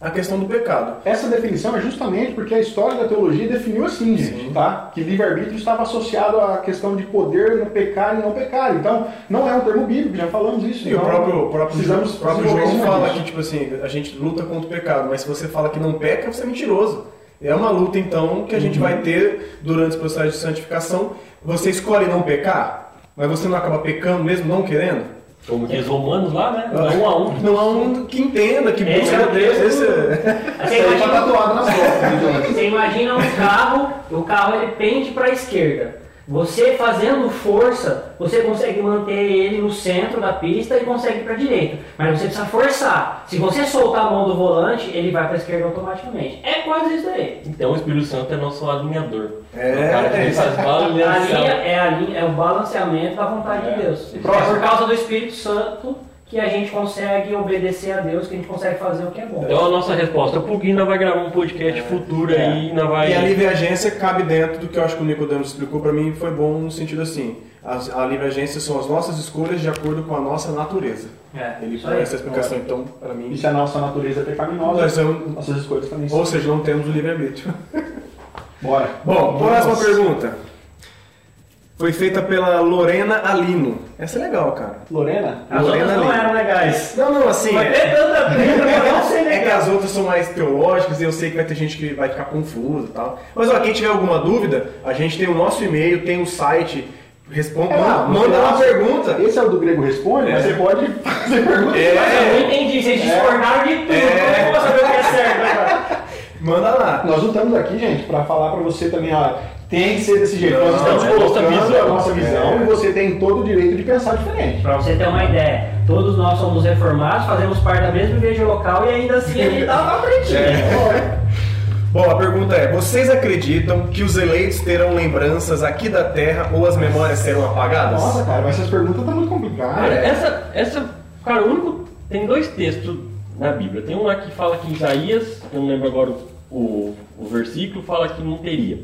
B: a questão do pecado.
A: Essa definição é justamente porque a história da teologia definiu assim, gente, tá? Que livre-arbítrio estava associado à questão de poder no pecar e não pecar. Então, não é um termo bíblico, já falamos isso.
B: E o
A: então
B: próprio, o próprio,
A: precisamos
B: o próprio
G: um
A: desenvolver
B: João
A: em cima
B: fala
A: disso.
B: que, tipo assim, a gente luta contra o pecado, mas se você fala que não peca, você é mentiroso. É uma luta, então, que a gente
G: Uhum.
B: vai ter durante o processo de santificação. Você escolhe não pecar, mas você não acaba pecando mesmo não querendo?
C: Como diz romanos lá, né? É um a um.
B: Não há um que entenda, que
G: Esse
B: busca
G: é o
B: Deus.
G: Deus.
B: Esse é-
G: Você
A: Ele tá
G: imagina, um
A: tatuado nas costas, né, Johnny?
G: você imagina um carro, o carro ele pende para a esquerda. Você fazendo força, você consegue manter ele no centro da pista e consegue ir para a direita. Mas você precisa forçar. Se você soltar a mão do volante, ele vai para a esquerda automaticamente. É quase isso aí.
C: Então o Espírito Santo é nosso alinhador.
B: É,
C: o cara que
B: é
C: fez
B: isso.
C: as
G: A linha
C: balanças.
G: é, a linha, é o balanceamento da vontade de Deus. É por causa do Espírito Santo que a gente consegue obedecer a Deus, que a gente consegue fazer o que é bom.
C: Então a nossa resposta pro Gui, nós vai gravar um podcast futuro aí, nós vai...
B: E a livre agência cabe dentro do que eu acho que o Nicodemus explicou para mim, foi bom no sentido assim. as- a livre agência são as nossas escolhas de acordo com a nossa natureza.
G: É,
B: Ele
G: isso aí.
B: foi essa explicação, então, para mim.
A: E se a nossa natureza é pecaminosa,
B: Nós somos-
A: nossas escolhas também são.
B: Ou seja, não temos o livre-arbítrio.
A: Bora.
B: Bom, próxima
A: Nossa.
B: pergunta. Foi feita pela Lorena Alino. Essa é legal, cara.
A: Lorena?
G: As outras não
B: Lorena
G: eram legais.
B: Não, não, assim.
G: Vai
B: É,
G: ter tanta briga, mas não sei
B: é que
G: legal.
B: as outras são mais teológicas e eu sei que vai ter gente que vai ficar confusa e tal. Mas ó, quem tiver alguma dúvida, a gente tem o nosso e-mail, tem o site. Responda,
A: É lá,
B: manda uma
A: lá.
B: pergunta.
A: Esse é o do grego responde, mas você pode fazer perguntas.
G: Mas eu não
B: É,
G: entendi, vocês discordaram de tudo.
B: É.
G: Como eu vou saber o que é certo agora?
B: manda lá.
A: Nós não estamos aqui, gente, para falar para você também, ó, tem que ser desse jeito.
B: Não,
A: Nós estamos
C: é nossa
A: colocando
C: visão.
A: a nossa visão
B: É.
A: e você tem todo o direito de pensar diferente.
G: Pra você ter uma ideia, todos nós somos reformados, fazemos parte da mesma igreja local e ainda assim a gente tava pra frente.
C: É.
B: Bom, a pergunta é: vocês acreditam que os eleitos terão lembranças aqui da Terra ou as memórias serão apagadas?
A: Nossa, cara, mas essas perguntas tá muito complicadas.
C: Cara, essa, essa. Cara, o único. Tem dois textos na Bíblia. Tem um lá que fala que Isaías, eu não lembro agora o, o, o versículo, fala que não teria.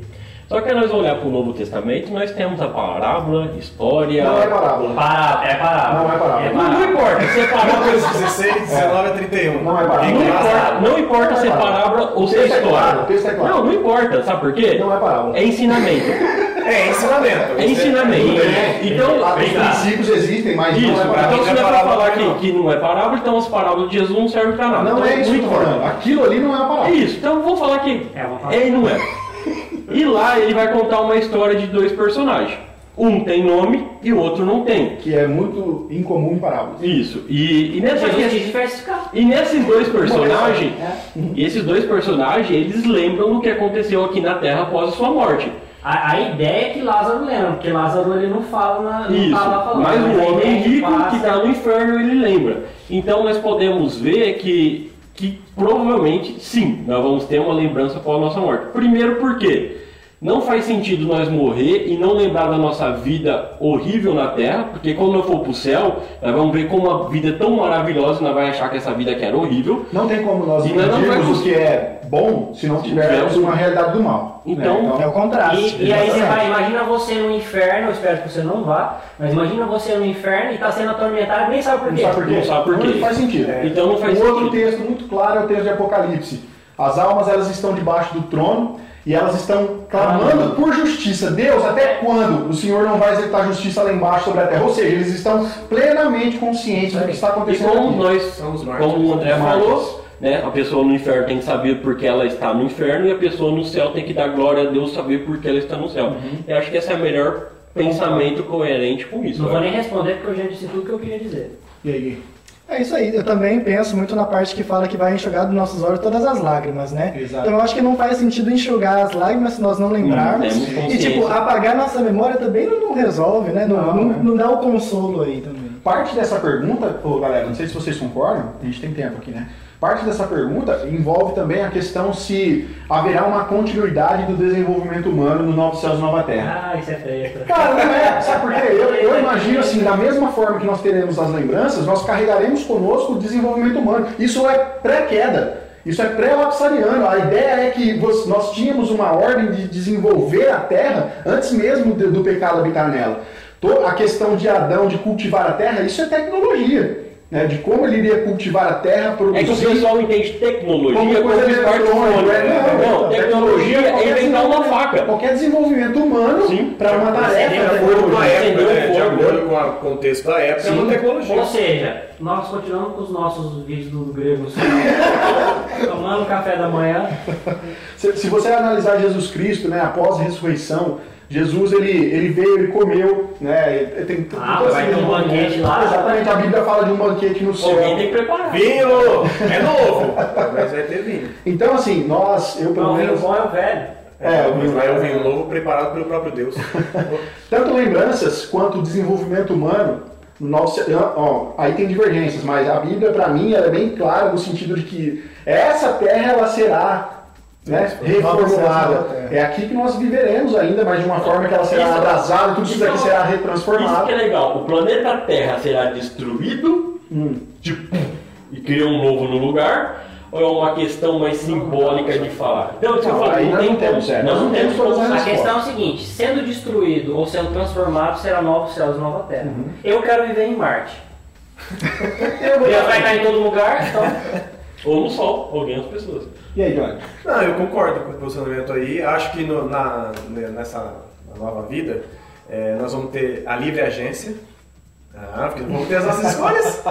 C: Só que aí nós vamos olhar para o Novo Testamento, nós temos a parábola, história.
A: Não é parábola.
G: Pará, é pará.
A: Não, é parábola.
G: Não, não importa se é parábola.
B: Números 16, 19 a 31.
A: Não é barato.
C: Não importa, não importa se é parábola ou se é
A: Texto é claro,
C: história.
A: texto é claro.
C: Não, não importa, sabe por quê?
A: Não é parábola.
C: É ensinamento.
B: É ensinamento.
C: É ensinamento. Então,
A: Ah, os
C: vem cá.
A: princípios existem, mas
C: Isso,
A: não é
B: pra
A: parábola.
B: mim
C: então se não é pra
B: parábola
C: falar
B: também
C: que,
B: não.
C: que não é parábola, então as parábolas de Jesus não servem pra nada.
A: Não
C: Então,
A: é isso que eu tô
C: importa.
A: falando. Aquilo ali não é uma
C: É
A: parábola.
C: isso, então eu vou falar que
G: É uma parábola.
C: é e não é. E lá ele vai contar uma história de dois personagens. Um tem nome e o outro não tem.
A: Que é muito incomum em parábolas.
C: Isso. E, e nessa
G: Jesus te
C: questão.
G: diversificar.
C: E nesses dois personagens,
G: É.
C: esses dois personagens, eles lembram do que aconteceu aqui na Terra após a sua morte.
G: A, a ideia é que Lázaro lembra, porque Lázaro ele não fala na, não
C: Isso.
G: tá lá falando.
C: Mas
G: a
C: o homem é
G: ideia
C: rico que
G: passa-
C: está no inferno, ele lembra. Então nós podemos ver que, que provavelmente sim, nós vamos ter uma lembrança após a nossa morte. Primeiro porque não faz sentido nós morrer e não lembrar da nossa vida horrível na terra, porque quando eu for pro céu, nós vamos ver como a vida é tão maravilhosa, nós vamos achar que essa vida aqui era horrível.
A: Não tem como nós
C: E nós não
A: entendermos
C: vamos-
A: o né? que é bom se não
C: tivermos
A: tivermos uma realidade do mal.
C: Então-
A: né?
F: É o contraste.
G: E, e aí você vai, imagina você no inferno, eu espero que você não vá, mas imagina você no inferno e tá sendo atormentado e nem sabe por
A: Não
G: quê.
A: sabe por quê?
C: Não sabe por quê.
A: faz sentido.
C: Então não faz
A: um outro
C: sentido.
A: texto muito claro é o texto de Apocalipse. As almas elas estão debaixo do trono e elas estão clamando por justiça. Deus, até quando o Senhor não vai executar justiça lá embaixo sobre a terra? Ou seja, eles estão plenamente conscientes do que está
C: E
A: acontecendo.
C: como
A: aqui.
C: nós,
B: os mártires.
C: como o André
A: Os mártires.
C: falou, né, a pessoa no inferno tem que saber porque ela está no inferno e a pessoa no céu tem que dar glória a Deus saber porque ela está no céu. Eu acho que esse é o melhor pensamento coerente com isso.
G: Não vou
C: né?
G: nem responder porque eu já disse tudo que eu queria dizer.
A: E aí?
F: É isso aí, eu também penso muito na parte que fala que vai enxugar dos nossos olhos todas as lágrimas, né?
A: Exato.
F: Então eu acho que não faz sentido enxugar as lágrimas se nós não lembrarmos.
C: Não temos
F: e tipo,
C: consciência.
F: apagar nossa memória também não, não resolve, né? Não,
A: Não,
F: não-
A: né?
F: não dá o consolo aí também.
A: Parte dessa pergunta, ô, galera, não sei se vocês concordam, a gente tem tempo aqui, né? Parte dessa pergunta envolve também a questão se haverá uma continuidade do desenvolvimento humano no Novo Céu e Nova Terra.
G: Ah, isso é treta.
A: Cara, não é. Sabe por quê? Eu, eu imagino assim, da mesma forma que nós teremos as lembranças, nós carregaremos conosco o desenvolvimento humano. Isso é pré-queda. Isso é pré-lapsariano. A ideia é que vo- nós tínhamos uma ordem de desenvolver a terra antes mesmo de- do pecado habitar nela. To- A questão de Adão de cultivar a terra, isso é tecnologia. Né? De como ele iria cultivar a terra,
C: É que o
A: produzir.
C: pessoal entende tecnologia
A: Como
C: como,
A: coisa
C: smartphone.
A: eletrônica, né?
C: Não, tecnologia é
A: qualquer
C: inventar uma
A: desenvolvimento-
C: faca.
A: Qualquer desenvolvimento humano
C: Sim.
A: para uma tarefa.
G: Entendeu?
A: né?
B: acordo com a época, né? De
C: Entendeu?
B: acordo com a- com o contexto da época, é uma
G: Ou
B: tecnologia.
G: seja, nós continuamos com os nossos vídeos do grego no céu, tomando café da manhã.
A: Se, se você analisar Jesus Cristo, né, após a ressurreição, Jesus ele, ele veio, ele comeu, né? ele- ele tem-
G: Ah,
A: toda
G: vai
A: essa-
G: ter um banquete lá.
A: Exatamente, a Bíblia fala de um banquete no céu.
C: Alguém tem que preparar.
B: Vinho! É novo! Mas vai ter vinho.
A: Então assim, nós, eu pelo
G: Não, o vinho
A: menos,
G: bom é o velho.
A: É, o vinho-
B: mas é um vinho novo preparado pelo próprio Deus.
A: tanto lembranças quanto o desenvolvimento humano, nós, ó, aí tem divergências, mas a Bíblia para mim ela é bem clara no sentido de que essa terra ela será né, reformulada. É aqui que nós viveremos ainda, mas de uma forma que ela será
C: Isso-
A: abrasada, tudo isso daqui será retransformado.
C: Isso que é legal. O planeta Terra será destruído tipo, e criar um novo no lugar. Ou é uma questão mais simbólica de falar? Não, isso que eu
A: Não,
C: falei,
A: aí
C: não
A: nós
C: tem
A: não temos,
C: como.
A: é,
C: Nós não temos como.
A: todas
G: A
A: as
G: questão é o seguinte: sendo destruído ou sendo transformado, será novos céus e nova terra.
B: Uhum.
G: Eu quero viver em Marte. Deus vai estar em todo lugar, então.
C: Ou no Sol, ou ganha as pessoas.
A: E aí, Johnny?
B: Não, eu concordo com o posicionamento aí. Acho que no- na, né, nessa nova vida é, nós vamos ter a livre agência. Ah, porque vamos ter as nossas escolhas.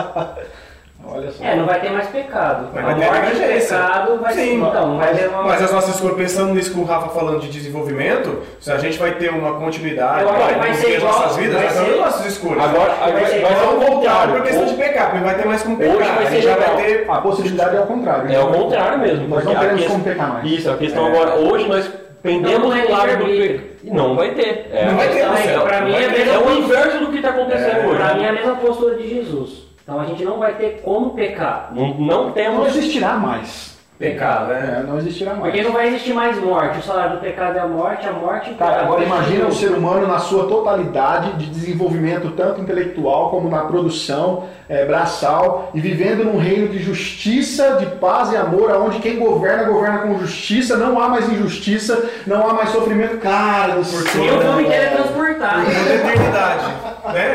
A: Olha só.
G: É, não vai ter mais pecado.
B: Mas
G: a
B: vai ter
G: morte do
B: emergência.
G: pecado vai ser.
B: Sim,
G: Então, não vai ter uma.
B: Mas as nossas escolhas, pensando nisso que o Rafa falando de desenvolvimento, se a gente vai ter uma continuidade,
G: Eu acho que
B: vai,
G: vai
B: vamos
G: ser
B: ter as
G: igual-
B: nossas vidas,
G: vai
B: nós vamos
G: ser-
B: ter nossas escolhas.
C: Agora, agora
G: ser-
C: vai ser o
B: Claro, por
C: contrário.
B: questão de pecado, não vai ter mais como
C: Hoje
B: pecar.
C: vai
B: a
C: ser Ah,
B: gente já
C: legal.
B: vai ter
A: A possibilidade é ao contrário.
C: É o contrário mesmo.
A: Nós
C: porque
A: não
C: a
A: teremos
C: questão-
A: como pecar mais.
C: Isso, a questão agora, hoje nós
G: Não
C: pendemos
G: vai
C: o lado do
G: ter
C: pecado. E Não vai ter. É,
B: Não vai ter no
G: Então,
B: céu.
G: pra mim
B: Não vai
G: é
B: ter.
G: mesmo-
C: é o inverso do que está acontecendo hoje.
G: Pra mim é a mesma postura de Jesus. Então a gente não vai ter como pecar.
C: Não, não
A: Não
C: temos.
A: existirá mais.
B: pecado, né?
A: É, não existirá mais.
G: Porque não vai existir mais morte. O salário do pecado é a morte, a morte.
A: Cara, agora imagina o ser humano na sua totalidade de desenvolvimento, tanto intelectual como na produção é, braçal, e vivendo num reino de justiça, de paz e amor, onde quem governa, governa com justiça, não há mais injustiça, não há mais sofrimento. Cara, do céu,
G: Eu vou me
A: velho.
G: teletransportar.
B: Por toda eternidade. né?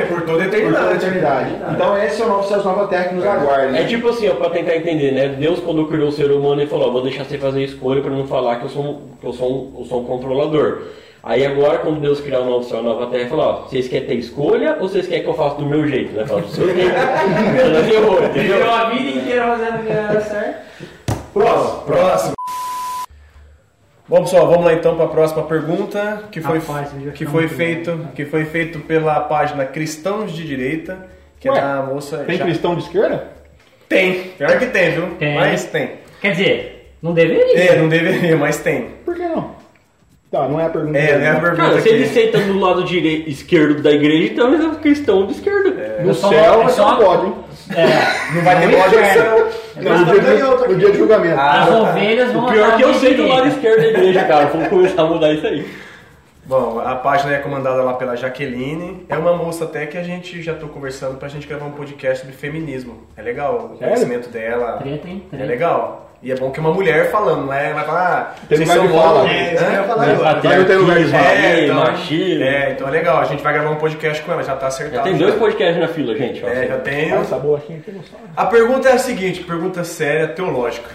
B: Por
A: Por
B: toda
A: toda a
B: eternidade.
A: eternidade. Então esse é o novo céu, nova terra que nos aguarda.
C: É tipo assim, ó, pra tentar entender, né? Deus, quando criou o ser humano, ele falou: ó, vou deixar você fazer escolha pra não falar que eu sou, um- que eu sou, um, eu sou um controlador. Aí agora, quando Deus criar o novo céu e a nova terra, ele falou: ó, vocês querem ter escolha ou vocês querem que eu faça do meu jeito? Né? Fala, do seu jeito. Então, Ela ferrou, entendeu?
G: Viveu a vida inteira fazendo o que era certo.
B: Próximo. Próximo. Bom pessoal, vamos lá então para a próxima pergunta que foi
G: Rapaz, esse vídeo vai
B: que
G: ficar
B: foi
G: muito
B: feito que foi feito pela página Cristãos de Direita que
A: Ué,
B: é da moça
A: Tem
B: Ja-
A: cristão de esquerda?
B: tem pior que tem viu
G: Tem.
B: mas tem
G: Quer dizer, não deveria.
B: é não deveria mas tem
A: Por que não? Tá, não é a pergunta.
B: é né a pergunta
C: Cara,
B: aqui.
C: se eles sentam do lado direito, esquerdo da igreja, então eles são cristãos de esquerda.
A: No
G: só-
A: céu
G: é
A: você
G: só-
A: não pode, hein?
G: É,
B: não vai ter
A: Não
B: bode
A: é. No dia,
B: não.
A: de, no dia de julgamento.
B: Ah.
G: as
B: tá.
G: ovelhas vão
C: O pior é
G: andar
C: que eu
G: bem
C: sei do lado
G: direito.
C: esquerdo da igreja, cara. Vamos começar a mudar isso aí.
B: Bom, a página é comandada lá pela Jaqueline. É uma moça até que a gente já tô conversando pra gente gravar um podcast sobre feminismo. É legal o conhecimento dela.
G: Treta, hein? Treta.
B: É legal. E é bom que é uma mulher falando, não é? Vai falar, ah,
A: Tem
B: vocês
A: lugar
B: são
A: de fala.
B: homens,
A: É,
B: né?
F: isso que eu ia falar agora.
A: Vai não ter lugar de falar.
B: É, então,
C: machismo.
B: é, então é legal. A gente vai gravar um podcast com ela, já tá acertado.
C: Já tem dois podcasts na fila, gente. ó.
B: É, já tem.
A: Essa bolachinha aqui não sabe.
B: A pergunta é a seguinte, pergunta séria, teológica.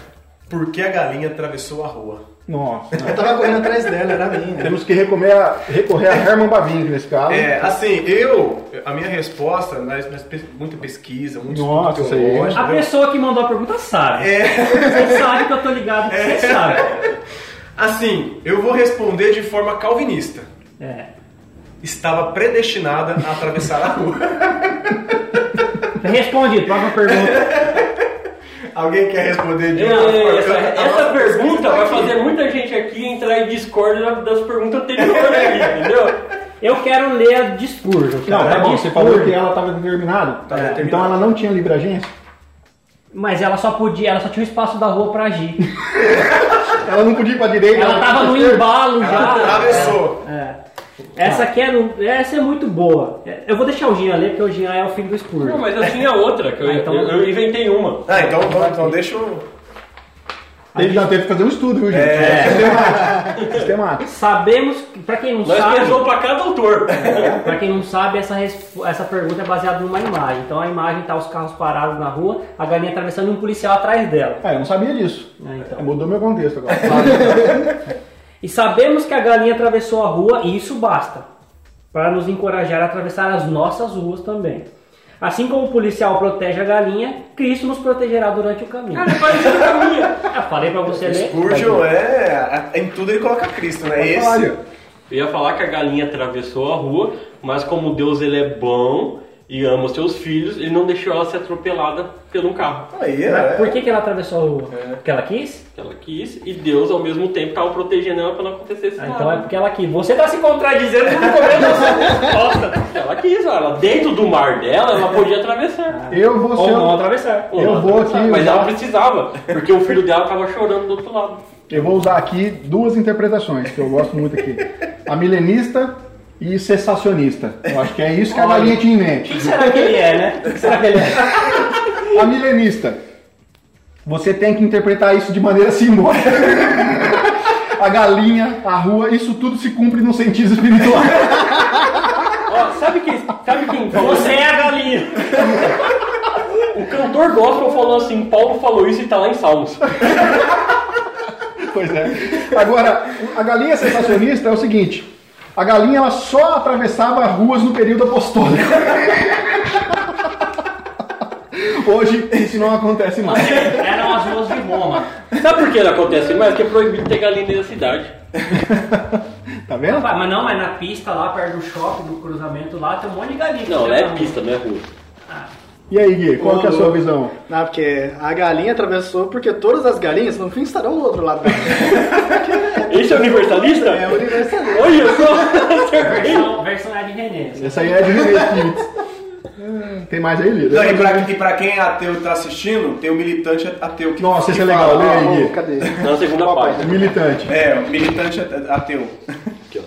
B: Por que a galinha atravessou a rua?
D: Nossa.
F: Eu tava correndo atrás dela, era minha.
D: Temos que recorrer a, recorrer a Herman Bavinck nesse caso.
B: É, assim, eu, a minha resposta, mas, mas pe- muita pesquisa, muito
D: Nossa,
B: estudo
D: isso aí.
B: teológico,
G: A
B: entendeu?
G: pessoa que mandou a pergunta sabe. Você sabe que eu tô ligado, que você sabe.
B: É. Assim, eu vou responder de forma calvinista.
G: É.
B: Estava predestinada a atravessar a rua.
G: Respondido, próxima pergunta.
B: Alguém quer responder de uma
C: Ei,
B: forma-
C: Essa,
B: A nossa
C: essa pergunta
B: pesquisa tá
C: vai
B: aqui.
C: fazer muita gente aqui entrar em discórdia da- das perguntas anteriores aqui, entendeu?
G: Eu quero ler a de Spurgeon.
A: é
D: Não,
G: cara.
D: tá
G: A
D: bom,
G: de
D: você falou
G: Spurgeon.
D: que ela estava determinada.
A: Tá
B: Tava determinada.
D: Então ela não tinha livre agência?
G: Mas ela só podia, ela só tinha o espaço da rua pra agir.
D: Ela não podia ir pra direita.
G: Ela tava no
D: esquerda.
G: embalo já.
B: Ela atravessou.
G: É. Essa aqui é, no- essa é muito boa. Eu vou deixar o Jean ler, porque o Jean é o filho do
C: Não,
G: Spurgeon.
C: mas eu tinha outra, que eu,
G: Ah, então-
C: eu- eu inventei uma.
B: Ah, então, então, então deixa eu...
D: Teve, não, teve que fazer um estudo, viu, gente?
B: É.
D: Sistemático. é Sistemático.
G: Sabemos, que- pra quem não
C: Nós
G: sabe,
C: pesou pra cada autor.
G: Pra quem não sabe, essa, res- essa pergunta é baseada numa imagem. Então a imagem tá os carros parados na rua, a galinha atravessando e um policial atrás dela.
D: É, eu não sabia disso.
G: né, então.
D: Mudou meu contexto agora.
G: E sabemos que a galinha atravessou a rua e isso basta para nos encorajar a atravessar as nossas ruas também. Assim como o policial protege a galinha, Cristo nos protegerá durante o caminho.
C: Cara, parecido com a minha.
G: Eu falei pra você ler.
B: Spurgeon é... Em tudo ele coloca Cristo, né? Esse...
D: Olha,
C: Eu ia falar que a galinha atravessou a rua, mas como Deus ele é bom e ama os seus filhos, ele não deixou ela ser atropelada pelo carro.
B: Aí, é.
G: Por que, que ela atravessou a rua? Porque ela quis?
C: Ela quis e Deus ao mesmo tempo estava protegendo ela para não acontecer esse
G: Ah,
C: nada.
G: então é porque ela quis. Você tá se contradizendo no começo da sua resposta.
C: Ela quis, ó, ela dentro do mar dela, ela podia
G: Ah,
C: atravessar.
D: eu vou
G: Ou
D: ser.
G: não atravessar.
C: Ou
D: Eu
C: não
D: vou
C: atravessar,
D: aqui
C: Mas
D: usar-
C: ela precisava, porque o filho dela estava chorando do outro lado.
D: Eu vou usar aqui duas interpretações que eu gosto muito aqui: a milenista e cessacionista. Eu acho que é isso que a galinha tinha em mente.
G: Quem será que ele é, né? Quem será que ele é?
D: A milenista. Você tem que interpretar isso de maneira simbólica. A galinha, a rua, isso tudo se cumpre no sentido espiritual.
C: Ó, sabe quem, sabe quem falou?
G: Você é a galinha.
C: O cantor gospel falou assim, Paulo falou isso e tá lá em Salmos.
D: Pois é. Agora, a galinha sensacionista é o seguinte: a galinha ela só atravessava ruas no período apostólico. Hoje isso não acontece mais.
G: Eram as ruas de Roma.
C: Sabe por que não acontece mais? Porque é proibido ter galinha na cidade.
D: Tá vendo?
G: Mas não, mas na pista lá perto do shopping, do cruzamento lá, tem um monte de galinha.
C: Não, não é pista, não é rua.
D: E aí, Gui, qual que é a sua visão?
F: Não, porque a galinha atravessou, porque todas as galinhas no fim estarão do outro lado.
C: Esse é universalista?
F: É universalista.
C: Olha só, tá acertei.
G: Versão, versão é de René. assim.
D: Essa aí é de René Tem mais aí,
B: Não, e,
D: Lívia?
B: pra, e pra quem é ateu e tá assistindo, tem o militante ateu que.
D: Nossa, esse
B: que
D: é
B: fala-
D: legal. Lê aí,
F: Oh,
D: Gui.
F: cadê?
C: Na segunda página.
D: Militante.
B: É, o militante ateu.
C: Cadê? Tem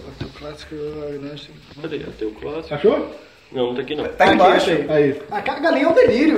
C: o clássico.
D: Achou?
C: Não, não tá aqui não.
B: Tá aqui,
F: Embaixo
B: acho.
F: aí.
D: Aí.
F: A ca- galinha é um delírio.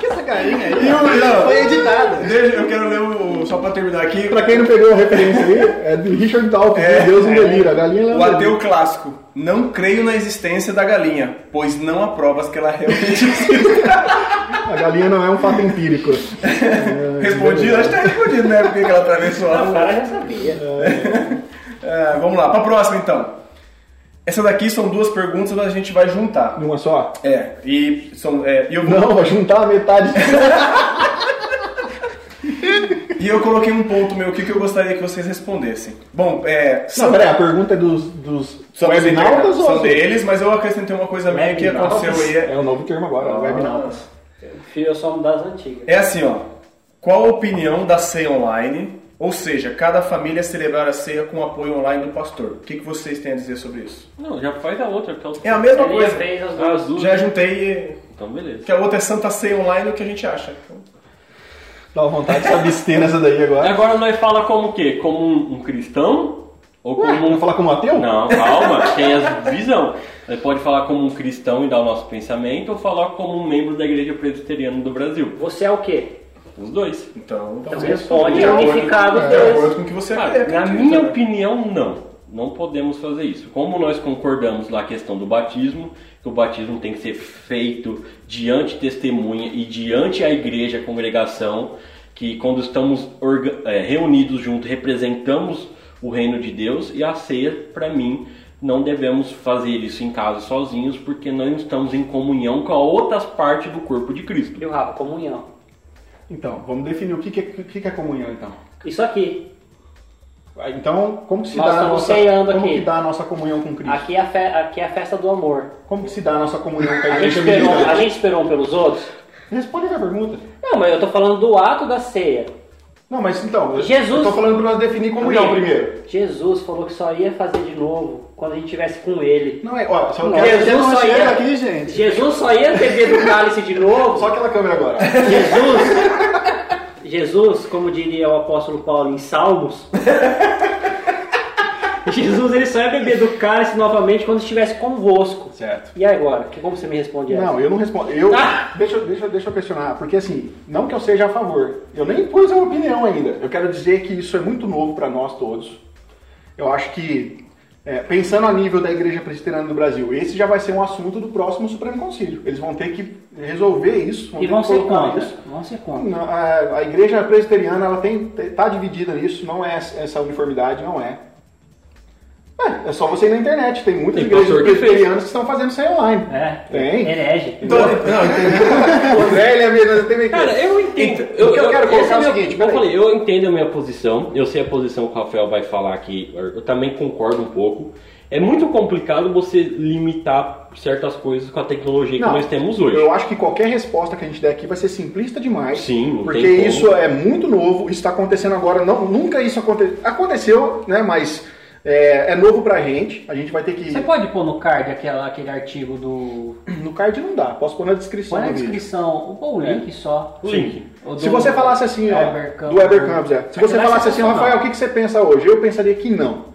F: que é essa galinha aí?
B: não.
F: Foi editada.
B: Deixa- Eu quero ler o. Só pra terminar aqui.
D: Pra quem não pegou a referência aí, é do Richard Dawkins, de Deus em Delírio. A galinha
B: O
D: ela é um
B: ateu clássico. Não creio na existência da galinha, pois não há provas que ela realmente existe.
D: A galinha não é um fato empírico. É,
B: Respondido? Acho que tá respondido, né? Porque que ela atravessou a
G: O
B: rua.
G: cara já sabia.
B: É, Vamos lá, pra próxima então. Essa daqui são duas perguntas que a gente vai juntar.
D: Numa só?
B: É, e são. É, e eu vou-
D: Não, vai juntar a metade.
B: E eu coloquei um ponto meu aqui que eu gostaria que vocês respondessem. Bom, é.
D: Não,
B: são-
D: peraí, a pergunta é dos, dos
B: são dos internautas,
D: webinautas ou...
B: São deles, mas eu acrescentei uma coisa minha que
G: Webinautas.
B: aconteceu aí. É-
D: É o novo termo agora, webinautas.
G: Filho, eu sou um das antigas.
B: É assim, ó. Qual a opinião da ceia online? Ou seja, cada família celebrar a ceia com o apoio online do pastor. O que, que vocês têm a dizer sobre isso?
C: Não, já faz a outra. Então...
B: É a mesma
G: Ele
B: coisa.
G: fez as duas.
C: As duas.
B: Já juntei
C: Então beleza.
B: que a outra é Santa Ceia Online, o que a gente acha? Então,
D: Dá vontade de se abster nessa daí
C: E
D: agora.
C: agora nós fala como o quê? Como um, um cristão? Ou
D: Ué,
C: como um...
D: vamos falar como ateu?
C: Não, calma, tem as visão. Nós pode falar como um cristão e dar o nosso pensamento ou falar como um membro da igreja presbiteriana do Brasil.
G: Você é o quê?
C: Os dois.
B: então, então
G: responde
B: de acordo-
G: unificado
B: é,
G: deles.
B: de acordo com o que você
C: Cara,
B: acredita,
C: na minha
B: né?
C: opinião, não. Não podemos fazer isso. Como nós concordamos na questão do batismo, que o batismo tem que ser feito diante testemunha e diante a igreja, a congregação, que quando estamos orga- é, reunidos juntos representamos o reino de Deus e a ceia, para mim, não devemos fazer isso em casa sozinhos, porque não estamos em comunhão com a outras partes do corpo de Cristo.
G: Viu, Rafa? Comunhão.
A: Então, vamos definir o que, que, é- o que que é comunhão, então.
G: Isso aqui.
A: Ah, Então, como que se
G: Nós
A: dá a
G: estamos
A: nossa,
G: ceando
A: como
G: aqui.
A: que dá a nossa comunhão com Cristo?
G: Aqui é, a fe- aqui é a festa do amor.
A: Como que se dá a nossa comunhão com a
G: A
A: igreja
G: gente esperou, a
A: ministrante?
G: gente esperou um pelos outros?
A: Responde essa pergunta.
G: Não, mas eu tô falando do ato da ceia.
A: Não, mas então, eu-
G: Jesus-
A: eu tô falando pra nós definir comunhão
G: Porque
A: primeiro.
G: Jesus falou que só ia fazer de novo quando a gente estivesse com ele.
A: Não é, olha, só,
G: Não,
A: quero-
G: Jesus
A: quero uma
G: só
A: chega
G: ia-
A: aqui, gente.
G: Jesus só ia beber do cálice de novo.
A: Só aquela câmera agora.
G: Jesus, Jesus, como diria o apóstolo Paulo em Salmos, Jesus ele só ia beber do cálice novamente quando estivesse convosco.
A: Certo.
G: E agora? Que- Como você me responde essa?
A: Não, eu não respondo. Eu,
G: Ah!
A: deixa, eu- deixa, eu- deixa eu questionar, porque assim, não que eu seja a favor, eu nem pus uma opinião ainda. Eu quero dizer que isso é muito novo para nós todos. Eu acho que, é, pensando a nível da Igreja Presbiteriana do Brasil, esse já vai ser um assunto do próximo Supremo Concílio. Eles vão ter que resolver isso, vão
G: E
A: ter
G: vão
A: que
G: ser
A: colocar né?
G: contra.
A: isso.
G: Vão ser contra.
A: Não, a, a igreja presbiteriana ela tem tá dividida nisso, não é essa essa uniformidade, não é. É, é só você ir na internet, tem muitas
C: Tem
A: igrejas
C: pastor que fez.
A: presbiterianas que estão fazendo isso aí online.
G: É.
A: Tem.
G: Herege.
B: Então, não, entendi.
A: O André, ele é mesmo, ele tem meio que-
C: Cara, eu entendo.
A: Então, o que eu quero colocar é o
C: esse meu-
A: seguinte,
C: eu
A: peraí.
C: falei, eu entendo a minha posição, eu sei a posição que o Rafael vai falar aqui, eu também concordo um pouco. É muito complicado você limitar certas coisas com a tecnologia que
A: Não,
C: nós temos hoje.
A: Eu acho que qualquer resposta que a gente der aqui vai ser simplista demais.
C: Sim, não tem
A: Porque
C: como.
A: isso é muito novo, isso está acontecendo agora. Não, nunca isso aconte... aconteceu, né? Mas é, é novo pra gente. A gente vai ter que.
G: Você pode pôr no card aquela, aquele artigo do.
A: No card não dá, posso pôr na descrição.
G: Põe na
A: do vídeo.
G: descrição. Põe o link só.
C: O link.
G: O do-
A: É. Se você falasse assim,
G: do
A: ó,
G: Weber Campos.
A: do Weber Campos, é. Se
G: Aquilo
A: você
G: é
A: falasse assim,
G: sensacional.
A: Rafael, o que, que você pensa hoje? Eu pensaria que não.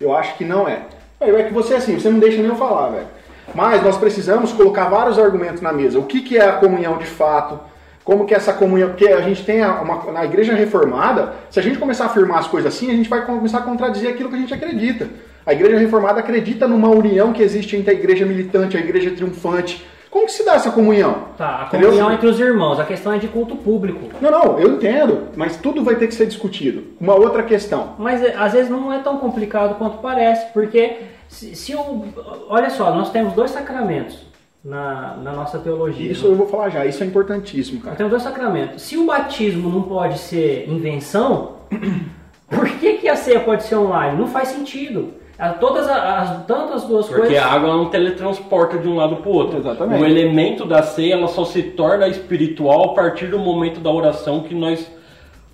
A: Eu acho que não é. Aí é que você assim, você não deixa nem eu falar, velho. Mas nós precisamos colocar vários argumentos na mesa. O que, que é a comunhão de fato? Como que é essa comunhão? Porque a gente tem a- uma, na igreja reformada, se a gente começar a afirmar as coisas assim, a gente vai começar a contradizer aquilo que a gente acredita. A igreja reformada acredita numa união que existe entre a igreja militante e a igreja triunfante. Como que se dá essa comunhão?
G: Tá, a
A: Entendeu?
G: comunhão entre os irmãos. A questão é de culto público.
A: Não, não, eu entendo, mas tudo vai ter que ser discutido. Uma outra questão.
G: Mas é, às vezes não é tão complicado quanto parece, porque se, se o- Olha só, nós temos dois sacramentos na, na nossa teologia.
A: Isso eu vou falar já, isso é importantíssimo,
G: Nós
A: cara.
G: temos dois sacramentos. Se o batismo não pode ser invenção, por que, que a ceia pode ser online? Não faz sentido. A- Todas a- as, tanto as duas
C: Porque
G: coisas.
C: a água não teletransporta de um lado para o outro.
A: Exatamente.
C: O elemento da ceia ela só se torna espiritual a partir do momento da oração que nós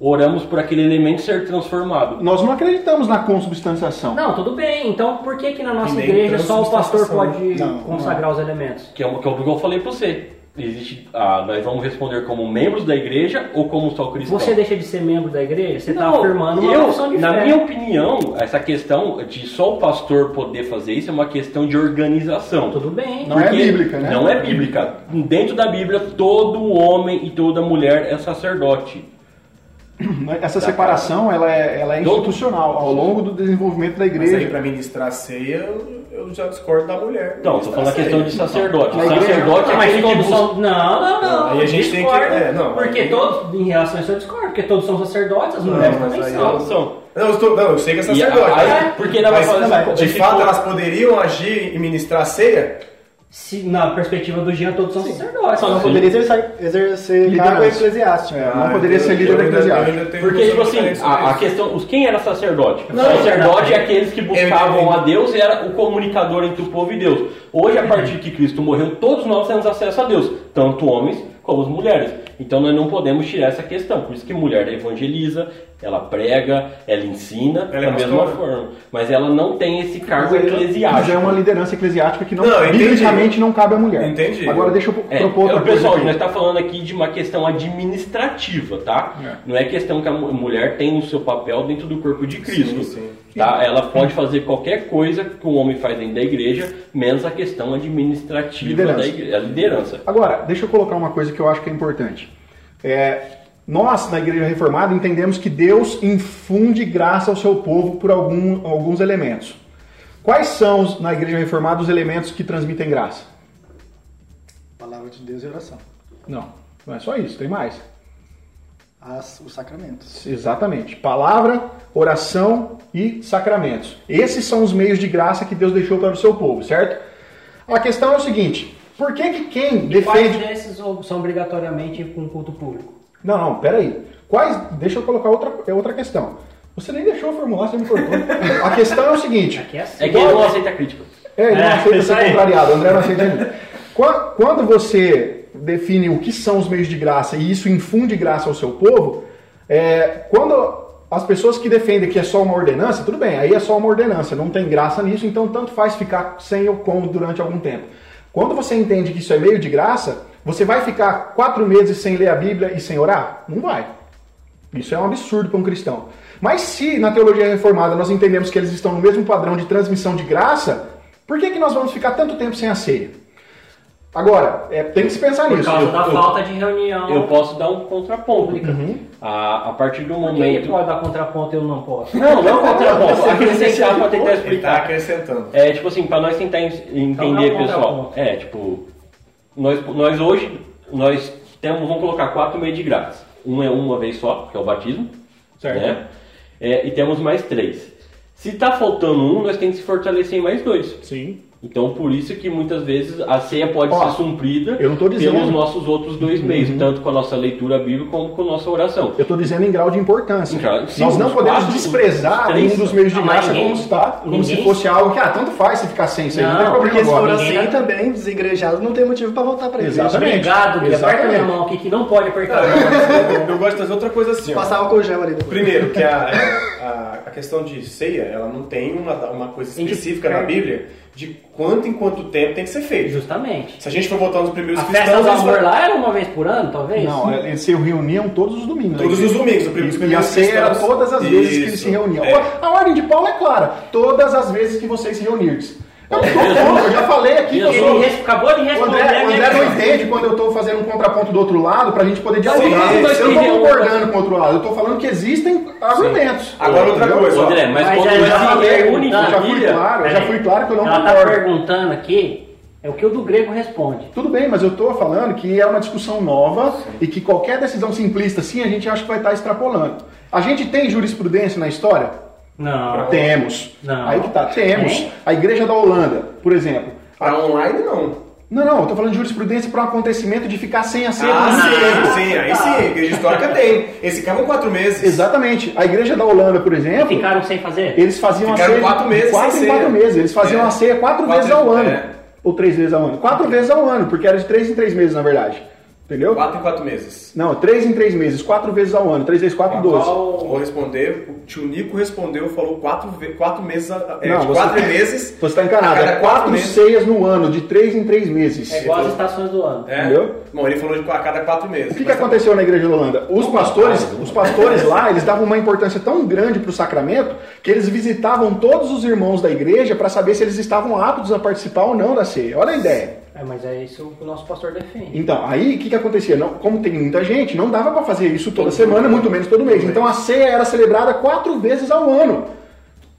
C: oramos por aquele elemento ser transformado.
A: Nós não acreditamos na consubstanciação.
G: Não, tudo bem. Então por que, que na nossa
B: E nem
G: igreja só o pastor pode
A: transubstanciação. Não, não
G: consagrar os elementos?
C: Que é o que eu que eu falei para você. Existe, ah, nós vamos responder como membros da igreja ou como só cristão?
G: Você deixa de ser membro da igreja? Você está
C: Não,
G: afirmando uma
C: eu,
G: opção de
C: Na
G: fé.
C: minha opinião, essa questão de só o pastor poder fazer isso é uma questão de organização.
G: Tudo bem.
A: Não é bíblica, né?
C: Não é bíblica. Dentro da Bíblia, todo homem e toda mulher é sacerdote.
A: Né, Essa separação ela é, ela é
C: Todo-
A: institucional ao longo do desenvolvimento da
B: Mas aí
A: igreja.
B: pra ministrar ceia, eu, eu já discordo da mulher.
C: Não, estou Então, falando a
B: Ministrar
C: questão de
B: ceia.
G: Ah,
C: sacerdote.
A: Na igreja-
C: Sacerdote é
G: Não, mas
C: aquele que
G: todos
C: busca...
G: são- Não, não, não.
B: Aí a gente tem que-
G: discordo,
B: é, não,
G: porque
B: aí-
G: todos, em relação a isso, eu discordo. Porque todos são sacerdotes, as mulheres
B: mas
G: também
B: aí-
G: são.
C: Não, são.
B: Não, eu, estou, não, eu sei que é
C: E
B: sacerdote.
C: aí-
B: mas-
C: porque ela vai
B: mas,
C: fazer essa-
B: de
C: esse
B: fato,
C: povo-
B: elas poderiam agir e ministrar ceia?
G: Se, na perspectiva do Jean, todos são sacerdotes.
F: Só não poderia exercer, exercer
A: Liderança.
F: cargo eclesiástico.
A: É, não poderia ser líder da eclesiástica.
C: Porque, tipo assim, a, a questão. Os, quem era sacerdote?
G: Não,
C: sacerdote
G: não.
C: é aqueles que
B: Eu
C: buscavam
B: entendi.
C: a Deus e era o comunicador entre o povo e Deus. Hoje,
B: Uhum.
C: a partir que Cristo morreu, todos nós temos acesso a Deus, tanto homens como as mulheres. Então nós não podemos tirar essa questão. Por isso que mulher evangeliza, ela prega, ela ensina
B: Ela é
C: da mesma
B: pastora.
C: forma. Mas ela não tem esse cargo
A: Mas é
C: eclesiástico.
A: uma liderança eclesiástica que não,
B: Não, entendi.
A: biblicamente não cabe à mulher.
B: Entendi.
A: Agora deixa eu
C: É,
A: propor outra
C: o pessoal,
A: coisa.
C: nós
A: aqui.
C: está falando aqui de uma questão administrativa, tá? Não é questão que a mu- mulher tem o seu papel dentro do corpo de Cristo.
B: sim.
C: Tá? Ela pode fazer qualquer coisa que o homem faz dentro da igreja, menos a questão administrativa
A: Liderança.
C: da igreja, a liderança.
A: Agora, deixa eu colocar uma coisa que eu acho que é importante. É, nós, na Igreja Reformada, entendemos que Deus infunde graça ao seu povo por algum- alguns elementos. Quais são, os- na Igreja Reformada, os elementos que transmitem graça?
F: Palavra de Deus e oração.
A: Não, não é só isso, tem mais.
F: as- os sacramentos.
A: Exatamente. Palavra, oração e sacramentos. Esses são os meios de graça que Deus deixou para o seu povo, certo? A questão é o seguinte: por que, que quem
G: Quais
A: defende.
G: desses são obrigatoriamente com culto público?
A: Não, não, peraí. Quais. Deixa eu colocar outra, é outra questão. Você nem deixou eu formular, você me cortou. A questão é o seguinte:
G: Aqui é assim.
C: É que ele não aceita crítica.
A: É, ele não
G: É,
A: aceita
G: isso
A: ser
G: aí.
A: contrariado, o André não aceita ainda. Qua- Quando você define o que são os meios de graça e isso infunde graça ao seu povo, é, quando as pessoas que defendem que é só uma ordenança, tudo bem, aí é só uma ordenança, não tem graça nisso, então tanto faz ficar sem ou com durante algum tempo. Quando você entende que isso é meio de graça, você vai ficar quatro meses sem ler a Bíblia e sem orar? Não vai. Isso é um absurdo para um cristão. Mas se na teologia reformada nós entendemos que eles estão no mesmo padrão de transmissão de graça, por que, que nós vamos ficar tanto tempo sem a ceia? Agora, é, tem que se pensar
G: Por
A: nisso.
G: causa
C: eu-
G: da
C: eu-
G: falta de reunião.
C: Eu posso dar um contraponto.
A: Uhum.
C: A, a partir do
G: Por que ele
C: momento.
G: pode dar contraponto e eu não posso?
C: Não, não é um contraponto. Acrescentar para tentar
B: Ele tá
C: explicar.
B: acrescentando.
C: É tipo assim, para nós tentar en-
A: tá
C: entender,
G: Então, não é um
C: pessoal.
G: contraponto.
C: É, tipo, nós, nós hoje, nós temos, vamos colocar quatro meios de graça. Um é uma vez só, que é o batismo.
D: Certo.
C: né? É, e temos mais três. Se tá faltando um, nós temos que se fortalecer em mais dois.
D: Sim.
C: Então, por isso que muitas vezes a ceia pode
A: Ó,
C: ser cumprida
A: eu não tô dizendo- Uhum.
C: pelos nossos outros dois meios, tanto com a nossa leitura bíblica como com a nossa oração.
A: Eu estou dizendo em grau de importância.
C: Em grau- sim,
A: nós não
C: os
A: podemos
C: quatro,
A: desprezar
C: os três.
A: um dos meios de
G: Ah, mas
A: graça
G: ninguém-
A: como, está, como
G: ninguém-
A: se fosse algo que, ah, tanto faz se ficar sem isso aí, não, tem
G: Não,
A: problema
F: Porque se for
A: agora.
G: ninguém
F: assim
G: vai-
F: também, desigrejados não tem motivo pra voltar pra igreja.
A: Exatamente.
G: Obrigado, Gui. Aperta
A: Exatamente.
G: minha mão aqui que não pode apertar. a mão.
A: É,
B: Eu, eu gosto de trazer outra coisa assim, ó.
F: Passar álcool gel ali depois.
B: Primeiro, que a, a, a questão de ceia, ela não tem uma, uma coisa
G: Tem que-
B: específica na Bíblia de quanto em quanto tempo tem que ser feito.
G: Justamente.
B: Se a gente for voltar nos primeiros
G: A festa
B: cristãos,
G: do
B: eles
G: amor
B: falam-
G: lá era uma vez por ano, talvez?
A: Não, eles se reuniam todos os domingos.
B: todos os domingos, né? os primeiros
A: E a
B: primeiros
A: ceia era
B: cristãos-
A: todas as vezes que eles
B: Isso,
A: se reuniam.
B: é.
A: A ordem de Paulo é clara. Todas as vezes que vocês se reunirdes. Eu não tô contra, eu já falei aqui. que eu
G: Ele
A: sou-
G: res- acabou de
A: O
G: responder.
A: André,
G: a
A: o
G: minha
A: André não
G: pergunta.
A: entende quando eu tô fazendo um contraponto do outro lado pra gente poder dialogar.
B: Sim, mas
A: eu não
G: tem
A: tô
G: um-
A: concordando com o outro lado. Eu tô falando que existem argumentos.
B: Agora outra
A: Entendeu?
B: coisa, ó.
C: André, mas,
G: Mas
C: quando
G: aí
C: nós
G: já
C: se
G: falei,
C: reúne em
G: tá,
A: Eu já fui
C: família,
A: claro, eu já fui claro que eu não
G: Ela tá
A: concordo.
G: perguntando aqui, é o que o do grego responde.
A: Tudo bem, mas eu tô falando que é uma discussão nova e que qualquer decisão simplista assim a gente acha que vai estar extrapolando. A gente tem jurisprudência na história?
G: Não.
A: Temos.
G: Não.
A: Aí que tá, temos.
G: Tem?
A: A igreja da Holanda, por exemplo.
B: Pra online, não.
A: Não, não, eu tô falando de jurisprudência para um acontecimento de ficar sem a ceia
B: Ah,
A: por muito tempo.
B: sim, sim, aí sim, a igreja histórica tem. Esse cara é quatro meses.
A: Exatamente. A igreja da Holanda, por exemplo,
G: Ficaram sem fazer?
A: eles faziam
B: Ficaram
A: a ceia
B: quatro meses
A: quatro
B: sem
A: em quatro
B: ceia.
A: meses. Eles faziam
B: É.
A: a ceia quatro,
B: Quatro
A: vezes ao
B: vezes,
A: ano.
B: é.
A: Ou três vezes ao ano. Quatro vezes ao ano, porque era de três em três meses, na verdade. Entendeu?
B: Quatro em quatro meses.
A: Não, três em três meses, quatro vezes ao ano. Três vezes
B: Tá
A: quatro, doze.
B: Vou responder, o tio Nico respondeu, falou quatro, ve- quatro meses, a- é,
A: Não,
B: de
A: você-
B: quatro meses.
A: Você tá encanado.
B: A cada
A: É quatro
B: quatro meses.
A: ceias no ano, de três em três meses.
G: É igual as estações do ano.
B: É.
A: Entendeu?
B: Bom, ele falou de a cada quatro meses.
A: O que, que
B: Mas tá-
A: aconteceu na igreja da Holanda? Os pastores, os pastores lá, eles davam uma importância tão grande para o sacramento que eles visitavam todos os irmãos da igreja para saber se eles estavam aptos a participar ou não da ceia. Olha a ideia.
G: É, mas é isso que o nosso pastor defende.
A: Então, aí o que, que acontecia? Não, como tem muita gente, não dava para fazer isso toda semana, muito menos todo mês. Então a ceia era celebrada quatro vezes ao ano.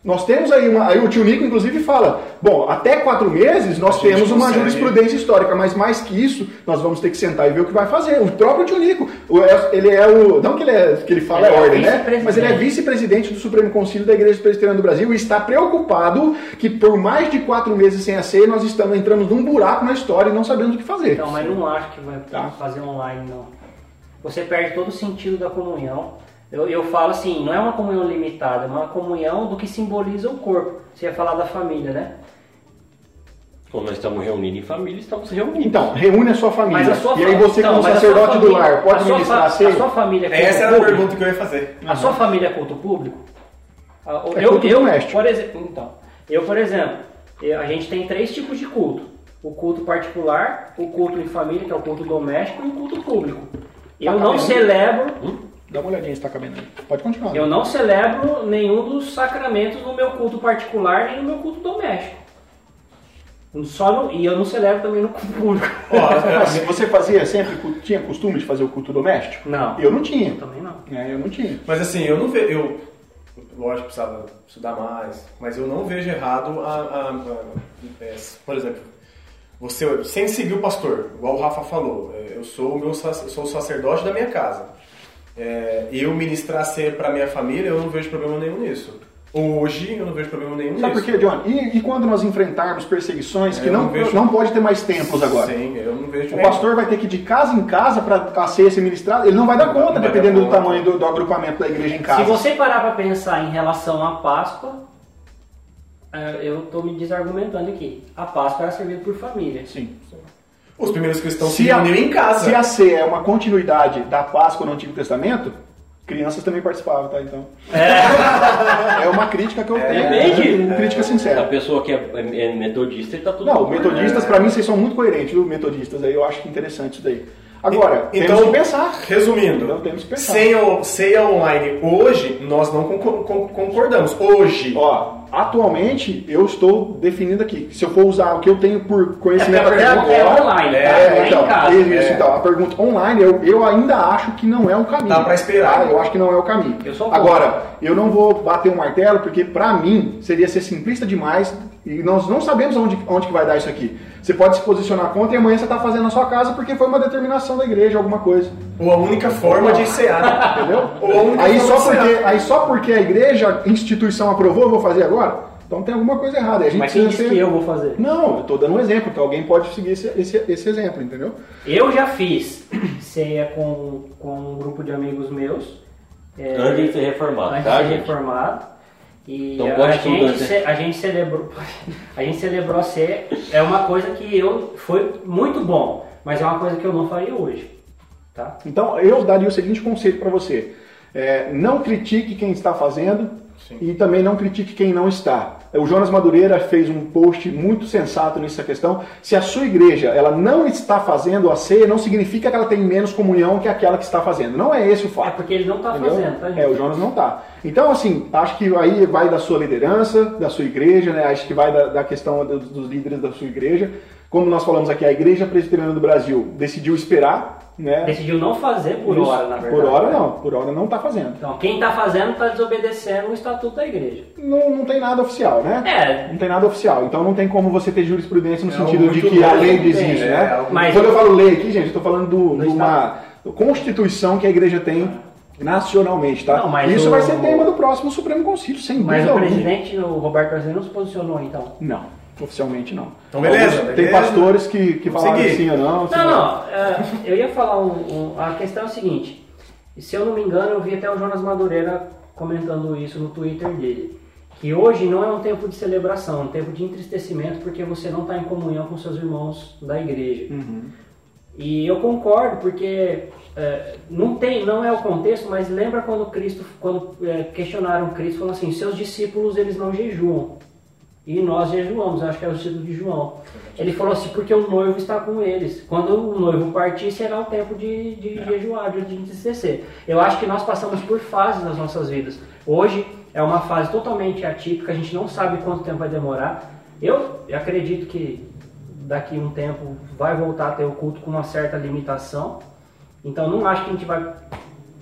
A: Nós temos aí uma. Aí o tio Nico, inclusive, fala: bom, até quatro meses nós
B: gente
A: temos uma
B: consegue.
A: jurisprudência histórica, mas mais que isso, nós vamos ter que sentar e ver o que vai fazer. O próprio tio Nico, o- é- ele é o. Não que ele, é, que ele fala
G: Ele
A: é
G: é
A: ordem, né?
G: vice-presidente.
A: Mas ele é vice-presidente do Supremo Conselho da Igreja Presbiteriana do Brasil e está preocupado que por mais de quatro meses sem a ceia nós estamos entrando num buraco na história e não sabemos o que fazer.
G: Então, mas não acho que vai
A: Tá.
G: fazer online, não. Você perde todo o sentido da comunhão. Eu, eu falo assim, não é uma comunhão limitada, é uma comunhão do que simboliza o corpo. Você ia falar da família, né?
C: Quando nós estamos reunindo em família, estamos reunindo.
A: Então, reúne a sua família.
G: Mas a sua
A: e aí
G: fa-
A: você,
G: então,
A: como
G: mas a sua
A: sacerdote do
G: família-
A: lar,
G: a
A: pode
G: sua
A: ministrar
G: fa-
A: a ceia?
G: A sua família é
B: Essa era a
G: culto
B: pergunta que eu ia fazer.
G: público? A sua família é culto público? Ah, o-
A: É culto doméstico.
G: por exemplo, então, eu, por exemplo, eu- a gente tem três tipos de culto. O culto particular, o culto em família, que é o culto doméstico, e o culto público. Eu não
A: cabendo?
G: celebro
A: Dá uma olhadinha se tá cabendo aí. Pode continuar.
G: eu não celebro nenhum dos sacramentos no meu culto particular nem no meu culto doméstico. Só no- e eu não celebro também no culto público.
A: Mas Você fazia sempre, cu- tinha costume de fazer o culto doméstico?
G: Não.
A: Eu não tinha.
G: Também não.
A: É, eu não tinha.
B: Mas assim, eu não vejo. Eu, lógico, precisava estudar mais, mas eu não vejo errado a. a- a- é, por exemplo, você sem seguir o pastor, igual o Rafa falou, é, eu sou o meu sac- eu sou o sacerdote da minha casa. é, eu ministrar sempre para minha família, eu não vejo problema nenhum nisso. Hoje eu não vejo problema nenhum
A: Sabe por
B: nisso.
A: quê, Johnny? E, e quando nós enfrentarmos perseguições que
B: Eu
A: não,
B: não vejo-
A: não pode ter mais tempos agora?
B: Sim, eu não vejo.
A: O pastor vai ter que ir de casa em casa para ser esse ministrado. Ele não vai dar
B: vai
A: conta,
B: dar
A: dependendo do
B: conta.
A: tamanho do, do agrupamento da igreja em
G: Se
A: casa.
G: você parar pra pensar em relação à Páscoa, é, eu tô me desargumentando aqui. A Páscoa era servida por família.
A: Sim.
B: Os primeiros cristãos
A: Se
B: Então, se
A: a-
B: reuniam em casa.
A: Se a C é uma continuidade da Páscoa no Antigo Testamento, crianças também participavam, tá? Então. É, uma crítica que eu tenho. É
C: Depende.
A: Uma Crítica
C: A
A: sincera.
C: pessoa que é, é metodista, ele tá tudo
A: Não,
C: bom,
A: metodistas,
C: né?
A: pra mim, vocês são muito coerentes, viu, metodistas? Aí eu acho interessante isso daí. Agora,
B: então,
A: temos que pensar.
B: Resumindo,
A: Então temos que pensar.
B: ceia, on- ceia online hoje, nós não concor- con- concordamos. Hoje.
A: Ó, atualmente eu estou definindo aqui. Se eu for usar o que eu tenho por conhecimento
G: porque
A: até
G: a pergunta
A: agora.
G: é online, tá? Não é em
A: então,
G: casa.
A: Isso,
B: É.
A: então, a pergunta online, eu, eu ainda acho que não é o caminho.
B: Dá pra esperar. né?
A: tá? Eu acho que não é o caminho.
G: Eu sou um a favor.
A: agora, eu não vou bater um martelo, porque pra mim seria ser simplista demais e nós não sabemos onde, onde que vai dar isso aqui. Você pode se posicionar contra e amanhã você tá fazendo na sua casa porque foi uma determinação da igreja, alguma coisa.
B: Ou a única forma de cear.
A: Entendeu?
B: Ou a única
A: Aí só,
B: forma de cear.
A: porque, aí só porque a igreja, a instituição aprovou, eu vou fazer agora? Então tem alguma coisa errada. E A gente
G: Mas quem
A: precisa ser-
G: disse que eu vou fazer?
A: Não, eu tô dando um exemplo, que alguém pode seguir esse, esse, esse exemplo, entendeu?
G: Eu já fiz ceia com, com um grupo de amigos meus. É,
C: Antes de ser reformado,
G: antes
C: tá,
G: de ser
C: gente?
G: reformado. E
C: Então
G: a,
C: pode tudo,
G: gente,
C: né?
G: ce- a gente celebrou a gente celebrou a ceia. É uma coisa que eu foi muito bom, mas é uma coisa que eu não faria hoje, tá?
A: Então eu daria o seguinte conselho para você: É, não critique quem está fazendo e também não critique quem não está. O Jonas Madureira fez um post muito sensato nessa questão. Se a sua igreja ela não está fazendo a ceia, não significa que ela tem menos comunhão que aquela que está fazendo. Não é esse o
G: É
A: fato.
G: porque ele não tá
A: Entendeu?
G: fazendo, tá gente?
A: É, o Jonas não tá. Então, assim, acho que aí vai da sua liderança, da sua igreja, né? Acho que vai da, da questão do- dos líderes da sua igreja. Como nós falamos aqui, a Igreja Presbiteriana do Brasil decidiu esperar, né?
G: Decidiu não fazer por
A: Isso.
G: hora, na verdade. né?
A: Por hora não, por hora não tá fazendo.
G: Então, quem tá fazendo tá desobedecendo o estatuto da igreja.
A: Não, não tem nada oficial, né?
G: É,
A: Não tem nada oficial, então não tem como você ter jurisprudência no
B: É
A: sentido
B: algo
A: de
B: muito
A: que a
B: novo,
A: lei
B: não
A: diz
G: tem,
A: isso,
B: é
A: né?
B: algo-
G: Mas-
A: Quando eu falo lei aqui, gente, eu tô falando do- de uma
G: Estado.
A: constituição que a igreja tem nacionalmente, tá?
G: Não, mas
A: isso
G: o-
A: vai ser tema do próximo Supremo Concílio, sem
G: mas
A: dúvida
G: o
A: alguma.
G: presidente, o Roberto Arcelino, não se posicionou então.
A: Não, oficialmente não.
B: Então, beleza,
A: Alguns- Tem
B: beleza.
A: pastores que, que
B: Vamos
A: falaram
B: seguir.
A: sim ou não. assim,
G: Não, não, é, eu ia falar um, um- A questão é o seguinte: se eu não me engano, eu vi até o Jonas Madureira comentando isso no Twitter dele. Que hoje não é um tempo de celebração, é um tempo de entristecimento porque você não está em comunhão com seus irmãos da igreja.
A: Uhum.
G: E eu concordo, porque é, não tem, não é o contexto, mas lembra quando Cristo, quando é, questionaram Cristo, falou assim, seus discípulos eles não jejuam. E nós jejuamos, acho que é o discípulo de João. Ele falou assim, porque o noivo está com eles. Quando o noivo partir, será o tempo de, de
A: É.
G: jejuar, de de entristecer. Eu acho que nós passamos por fases nas nossas vidas. Hoje é uma fase totalmente atípica, a gente não sabe quanto tempo vai demorar. Eu acredito que daqui um tempo vai voltar a ter o culto com uma certa limitação. Então não acho que a gente vai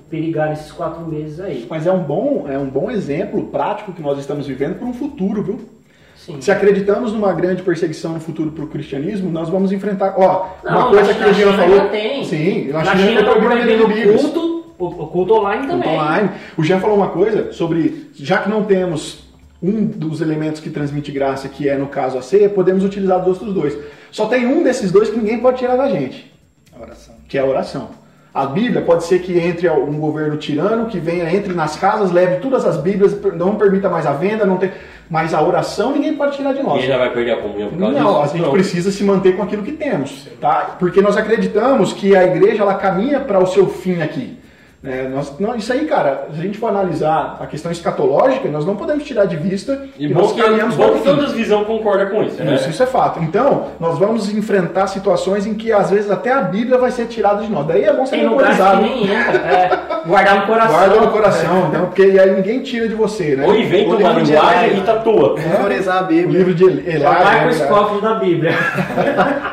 G: perigar nesses quatro meses aí.
A: Mas é um, bom, é um bom exemplo prático que nós estamos vivendo para um futuro, viu?
G: Sim.
A: Se acreditamos numa grande perseguição no futuro para o cristianismo, nós vamos enfrentar. Ó, uma
G: Não, é
A: coisa
G: assim. na-
A: que o
G: na
A: Jean
G: China
A: falou.
G: já tem.
A: Sim, na,
G: Na
A: China,
G: China
A: é
G: tá
A: proibido
G: proibindo o
A: livros.
G: culto, o, o culto online também.
C: É.
A: Online. O Jean falou uma coisa sobre, já que não temos um dos elementos que transmite graça, que é no caso a ceia, podemos utilizar dos outros dois. Só tem um desses dois que ninguém pode tirar da gente.
F: Oração.
A: que é a oração. A Bíblia pode ser que entre um governo tirano, que venha, entre nas casas, leve todas as Bíblias, não permita mais a venda, não tem... mas a oração ninguém pode tirar de
C: E
A: nós.
C: ele já vai perder a comunhão por causa
A: Não, a
C: disso?
A: gente precisa se manter com aquilo que temos, tá? Porque nós acreditamos que a igreja ela caminha para o seu fim aqui. né? Nós- não, isso aí, cara, se a gente for analisar a questão escatológica, nós não podemos tirar de vista
C: E
A: que
C: bom
A: nós
C: que,
A: caminhamos
C: bom
A: para o
C: que
A: fim.
C: todas as visões concordam com isso, né?
A: Isso, isso é fato. Então, nós vamos enfrentar situações em que às vezes até a Bíblia vai ser tirada de nós. Daí é bom ser
G: Tem lugares
A: memorizado.
G: que nem entra. É, guardar no coração.
A: Guarda no coração, então, porque aí ninguém tira de você, né?
C: Ou inventa
A: O
C: uma
A: livro de
C: linguagem
A: Eli-
C: e tá tatua.
F: Memorizar a
A: O
F: Bíblia.
A: livro de Eli-
G: Guardar com
A: Eli.
G: os
A: né?
G: cofres da Bíblia.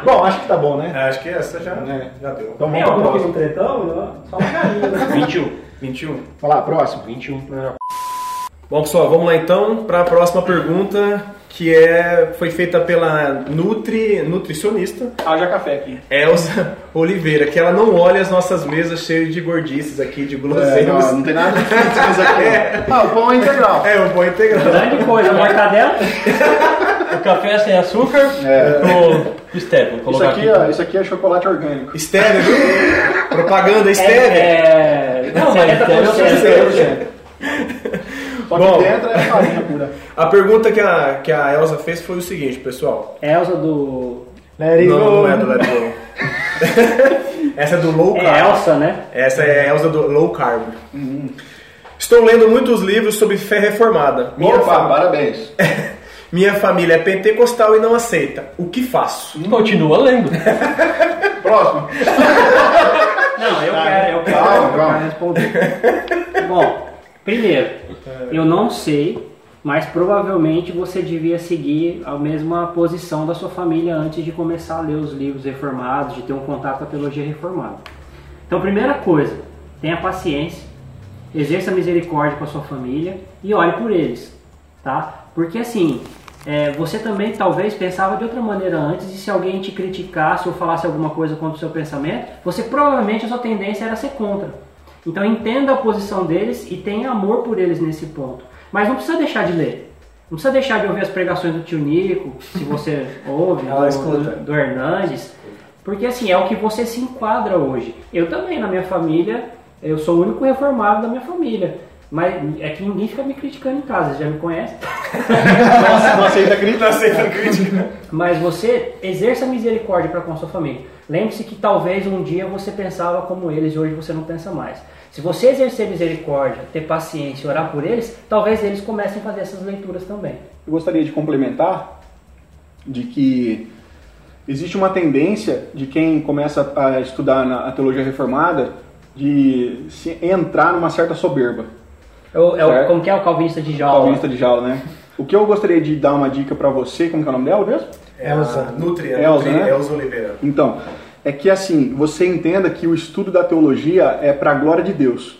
A: Bom, acho que tá bom, né?
B: É, acho que essa já,
A: É.
B: já deu.
A: Então vamos
G: Tem
A: pra
G: alguma
A: próxima.
G: coisa no tretão? Só uma galinha.
C: 21.
B: 21.
A: Vamos lá, próximo.
C: 21.
B: Bom, pessoal, vamos lá então para a próxima pergunta, que é foi feita pela nutri, nutricionista
C: Haja café aqui.
B: Elza Oliveira, que ela não olha as nossas mesas cheias de gordices aqui, de
A: É, não,
B: guloseimas.
A: não tem nada de fitness aqui. não. Ah, o pão é integral.
B: É, um bom integral.
G: Grande coisa, mortadela.
C: O café sem açúcar
A: É.
C: pro, pro Stephen. Vou né?
A: Isso
C: colocar
A: aqui, ó, isso aqui é chocolate orgânico.
B: Esteve, viu? Propaganda Esteve.
G: É,
C: Não, mas deve ser
A: Só que
B: Bom.
A: dentro é farinha pura.
B: A pergunta que a, que a Elza fez foi o seguinte, pessoal.
G: Elsa do.
F: Let it
B: Não,
F: go.
B: não é do Let It Go. Essa é do Low Carb.
G: É Elsa, né?
B: Essa é a Elza do Low Carb. Estou lendo muitos livros sobre fé reformada. Minha,
A: Opa,
B: fa-
A: parabéns.
B: Minha família é pentecostal e não aceita. O que faço?
C: Continua lendo.
A: Próximo.
G: Não, eu quero, eu quero,
A: Tá. Calma,
G: eu
A: calma.
G: quero responder. Bom, primeiro,
A: É.
G: eu não sei, mas provavelmente você devia seguir a mesma posição da sua família antes de começar a ler os livros reformados, de ter um contato com a teologia reformada. Então, primeira coisa, tenha paciência, exerça misericórdia com a sua família e olhe por eles, tá? Porque assim, é, você também talvez pensava de outra maneira antes e se alguém te criticasse ou falasse alguma coisa contra o seu pensamento, você provavelmente a sua tendência era ser contra. Então entenda a posição deles e tenha amor por eles nesse ponto. Mas não precisa deixar de ler. Não precisa deixar de ouvir as pregações do tio Nico, se você ouve,
F: Ela
G: do-
F: escuta.
G: do Hernandes, porque assim, é o que você se enquadra hoje. Eu também, na minha família, eu sou o único reformado da minha família. Mas é que ninguém fica me criticando em casa, já me conhece.
A: Não aceita crítica?
B: Não aceita crítica.
G: Mas você exerça misericórdia para com a sua família. Lembre-se que talvez um dia você pensava como eles e hoje você não pensa mais. Se você exercer misericórdia, ter paciência e orar por eles, talvez eles comecem a fazer essas leituras também.
A: Eu gostaria de complementar de que existe uma tendência de quem começa a estudar na a teologia reformada de se entrar numa certa soberba.
G: É o- é o-
A: Certo.
G: como que é o calvinista de Jaula?
A: Calvinista de Jaula, né? O que eu gostaria de dar uma dica pra você, como que é o nome dela mesmo?
B: É a
F: Elza.
B: Nutri, é a
A: Elza,
B: Nutri,
A: né?
B: Elza Oliveira.
A: Então, é que assim, você entenda que o estudo da teologia é para a glória de Deus.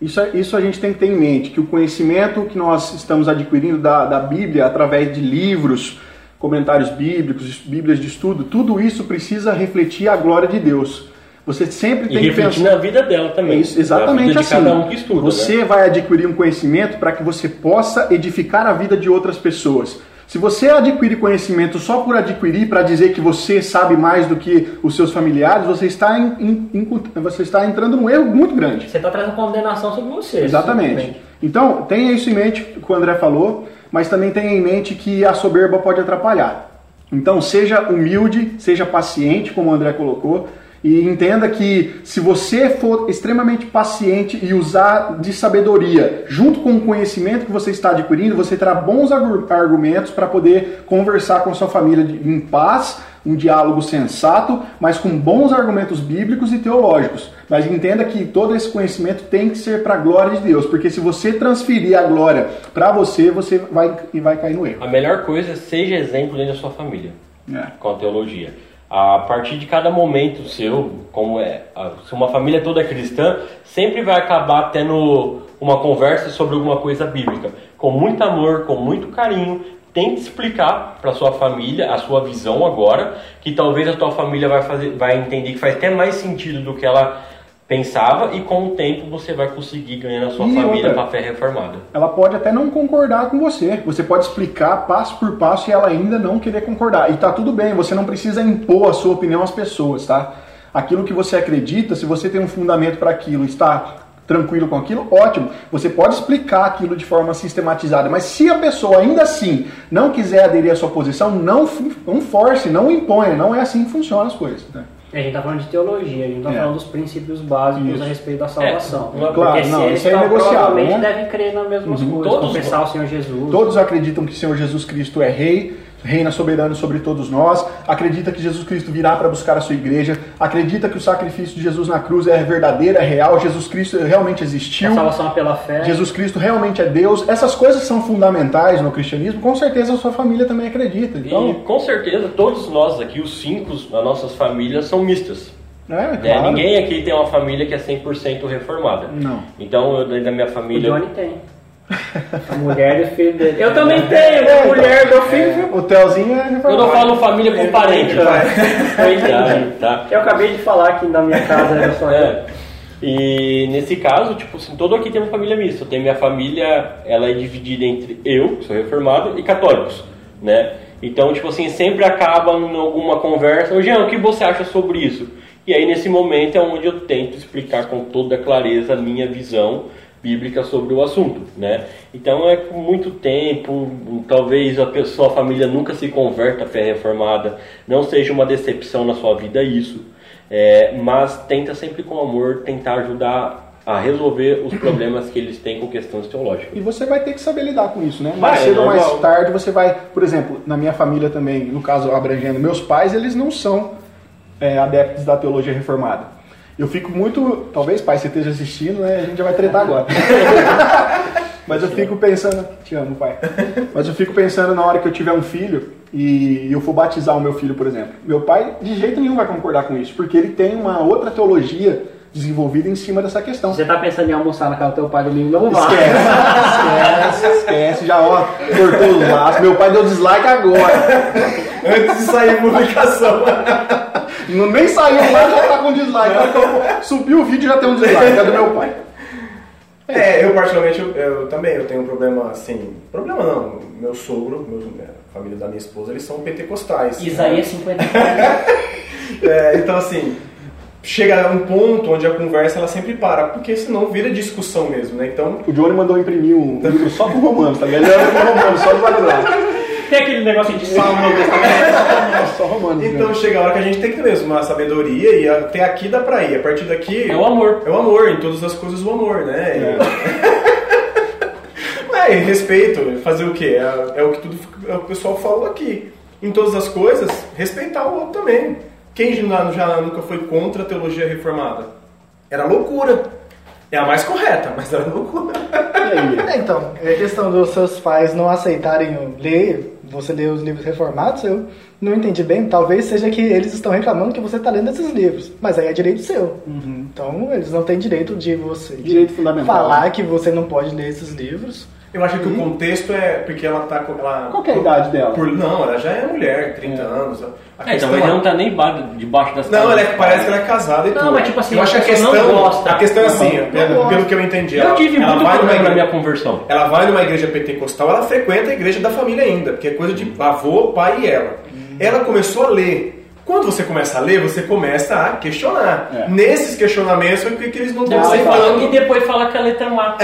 A: Isso, é- isso a gente tem que ter em mente, que o conhecimento que nós estamos adquirindo da, da Bíblia, através de livros, comentários bíblicos, es- bíblias de estudo, tudo isso precisa refletir a glória de Deus. Você sempre
C: E
A: tem que
C: refletir
A: pensar...
C: na vida dela também.
A: É isso,
C: na
A: exatamente
C: vida de
A: assim.
C: cada um que estuda.
A: você
C: né?
A: vai adquirir um conhecimento para que você possa edificar a vida de outras pessoas. Se você adquire conhecimento só por adquirir, para dizer que você sabe mais do que os seus familiares, você está, em- em- em- você está entrando num erro muito grande.
G: Você está trazendo condenação sobre você.
A: Exatamente. Então, tenha isso em mente, o que o André falou, mas também tenha em mente que a soberba pode atrapalhar. Então, seja humilde, seja paciente, como o André colocou, e entenda que se você for extremamente paciente e usar de sabedoria, junto com o conhecimento que você está adquirindo, você terá bons argu- argumentos para poder conversar com a sua família de- em paz, um diálogo sensato, mas com bons argumentos bíblicos e teológicos. Mas entenda que todo esse conhecimento tem que ser para a glória de Deus, porque se você transferir a glória para você, você vai, e vai cair no erro.
C: A melhor coisa é seja exemplo dentro da sua família.
A: É.
C: com a teologia. A partir de cada momento seu, como é, a- se uma família toda é cristã, sempre vai acabar tendo uma conversa sobre alguma coisa bíblica. Com muito amor, com muito carinho, tente explicar para sua família a sua visão agora, que talvez a tua família vai fazer, vai entender que faz até mais sentido do que ela pensava e com o tempo você vai conseguir ganhar na sua
A: E
C: família
A: outra.
C: para a fé reformada.
A: Ela pode até não concordar com você. Você pode explicar passo por passo e ela ainda não querer concordar. E tá tudo bem, você não precisa impor a sua opinião às pessoas, tá? Aquilo que você acredita, se você tem um fundamento para aquilo, está tranquilo com aquilo, ótimo. Você pode explicar aquilo de forma sistematizada, mas se a pessoa ainda assim não quiser aderir à sua posição, não, fu- não force, não imponha, não é assim que funcionam as coisas, né?
G: É, A gente está falando de teologia, a gente está
A: É.
G: falando dos princípios básicos
A: Isso.
G: a respeito da salvação.
C: É, claro,
G: Porque se
A: não,
G: eles
A: isso aí é
G: tal-
A: negociável,
G: provavelmente
A: né?
G: devem crer nas mesmas coisas,
C: Todos
G: confessar o Senhor Jesus.
A: Todos acreditam que o Senhor Jesus Cristo é rei, reina soberano sobre todos nós, acredita que Jesus Cristo virá para buscar a sua igreja, acredita que o sacrifício de Jesus na cruz é verdadeiro, é real, Jesus Cristo realmente
G: Que A
A: existiu,
G: salvação é pela fé.
A: Jesus Cristo realmente é Deus. Essas coisas são fundamentais no cristianismo, com certeza a sua família também acredita.
C: E
A: Então,
C: com certeza todos nós aqui, os cinco, nas nossas famílias são mistas.
A: é,
C: Né?
A: claro.
C: Ninguém aqui tem uma família que é 100% reformada.
A: Não.
C: Então, eu, da minha
G: O
C: família.
G: Johnny tem. A mulher do filho dele. É. Eu também tenho, a mulher do filho.
A: O Telzinho é
C: Eu não falo família com parente. né?
G: Coitado.
A: É
C: tá.
G: Eu acabei de falar que na minha casa era só eu.
C: É. E nesse caso, tipo assim, todo aqui tem uma família mista. Tem minha família, ela é dividida entre eu, que sou reformado, e católicos, né? Então, tipo assim, sempre acaba em alguma conversa, ô Jean, o que você acha sobre isso? E aí, nesse momento, é onde eu tento explicar com toda clareza a minha visão bíblica sobre o assunto, né? Então, é com muito tempo, um, talvez a pessoa, a família nunca se converta à fé reformada, não seja uma decepção na sua vida isso, é, mas tenta sempre com amor tentar ajudar a resolver os problemas que eles têm com questões teológicas.
A: E você vai ter que saber lidar com isso, né? Mais
C: Vai,
A: cedo
C: é
A: ou mais
C: normal.
A: tarde você vai. Por exemplo, na minha família também, no caso abrangendo meus pais, eles não são é, adeptos da teologia reformada. Eu fico muito. Talvez, pai, você esteja assistindo, né? A gente já vai tretar agora. Mas eu fico pensando. Te amo, pai. Mas eu fico pensando na hora que eu tiver um filho e eu for batizar o meu filho, por exemplo. Meu pai, de jeito nenhum, vai concordar com isso, porque ele tem uma outra teologia desenvolvida em cima dessa questão.
G: Você tá pensando em almoçar na casa do teu pai domingo? Não vá.
A: Esquece, esquece, esquece. Já, ó, cortou os laços. Meu pai deu dislike agora.
B: Antes de sair a publicação.
A: Não, nem saiu lá, já tá com dislike. Na hora que eu Subiu o vídeo já tem um dislike. É do meu pai.
B: É, eu particularmente, eu, eu também eu tenho um problema assim. Problema não. Meu sogro, meu, a família da minha esposa, eles são pentecostais. né?
G: Isaías 54.
B: É, então assim, chega a um ponto onde a conversa ela sempre para, porque senão vira discussão mesmo, né? Então,
A: O Johnny mandou imprimir um livro só com romano, tá ligado? Ele era com romano, só do validade.
G: Tem aquele negócio de salmo né? no testamento.
A: Só romano.
B: então chega a hora que a gente tem que ter mesmo uma sabedoria e até aqui dá pra ir. A partir daqui.
C: É o amor.
B: É o amor, em todas as coisas o amor, né? É, e respeito, fazer o quê? É, é o que tudo é o que o pessoal falou aqui. Em todas as coisas, respeitar o outro também. Quem já, já nunca foi contra a teologia reformada? Era loucura. É a mais correta, mas era loucura.
F: É, então, é questão dos seus pais não aceitarem o- ler, você ler os livros reformados, eu não entendi bem. Talvez seja que eles estão reclamando que você está lendo esses livros, mas aí é direito seu. Então, eles não têm direito de você de
A: Direito fundamental.
F: falar que você não pode ler esses livros.
B: Eu acho que o contexto é porque ela tá com. Ela,
A: Qual que é a idade dela?
B: Por- não, ela já é mulher, 30 anos. A
C: É,
B: questão
C: então ele
B: é-
C: não tá nem ba- debaixo das
B: Não,
C: calças.
B: ela é- parece que ela é casada e
C: Não,
B: tudo.
C: mas tipo assim,
B: eu acho
C: a
B: que a
C: pessoa
B: questão,
C: não gosta.
B: a questão é assim,
C: Não,
B: é,
C: não
B: pelo
C: gosta.
B: que eu entendi.
C: Eu
B: ela,
C: tive
B: ela
C: muito
B: vai numa
C: problema na
B: igre-
C: minha conversão.
B: Ela vai numa igreja pentecostal, ela frequenta a igreja da família ainda, porque é coisa de avô, pai e ela. Ela começou a ler. Quando você começa a ler, você começa a questionar.
A: É.
B: Nesses questionamentos foi que, que eles não estão
C: Depois fala-
B: aceitando.
C: e depois fala que a letra mata.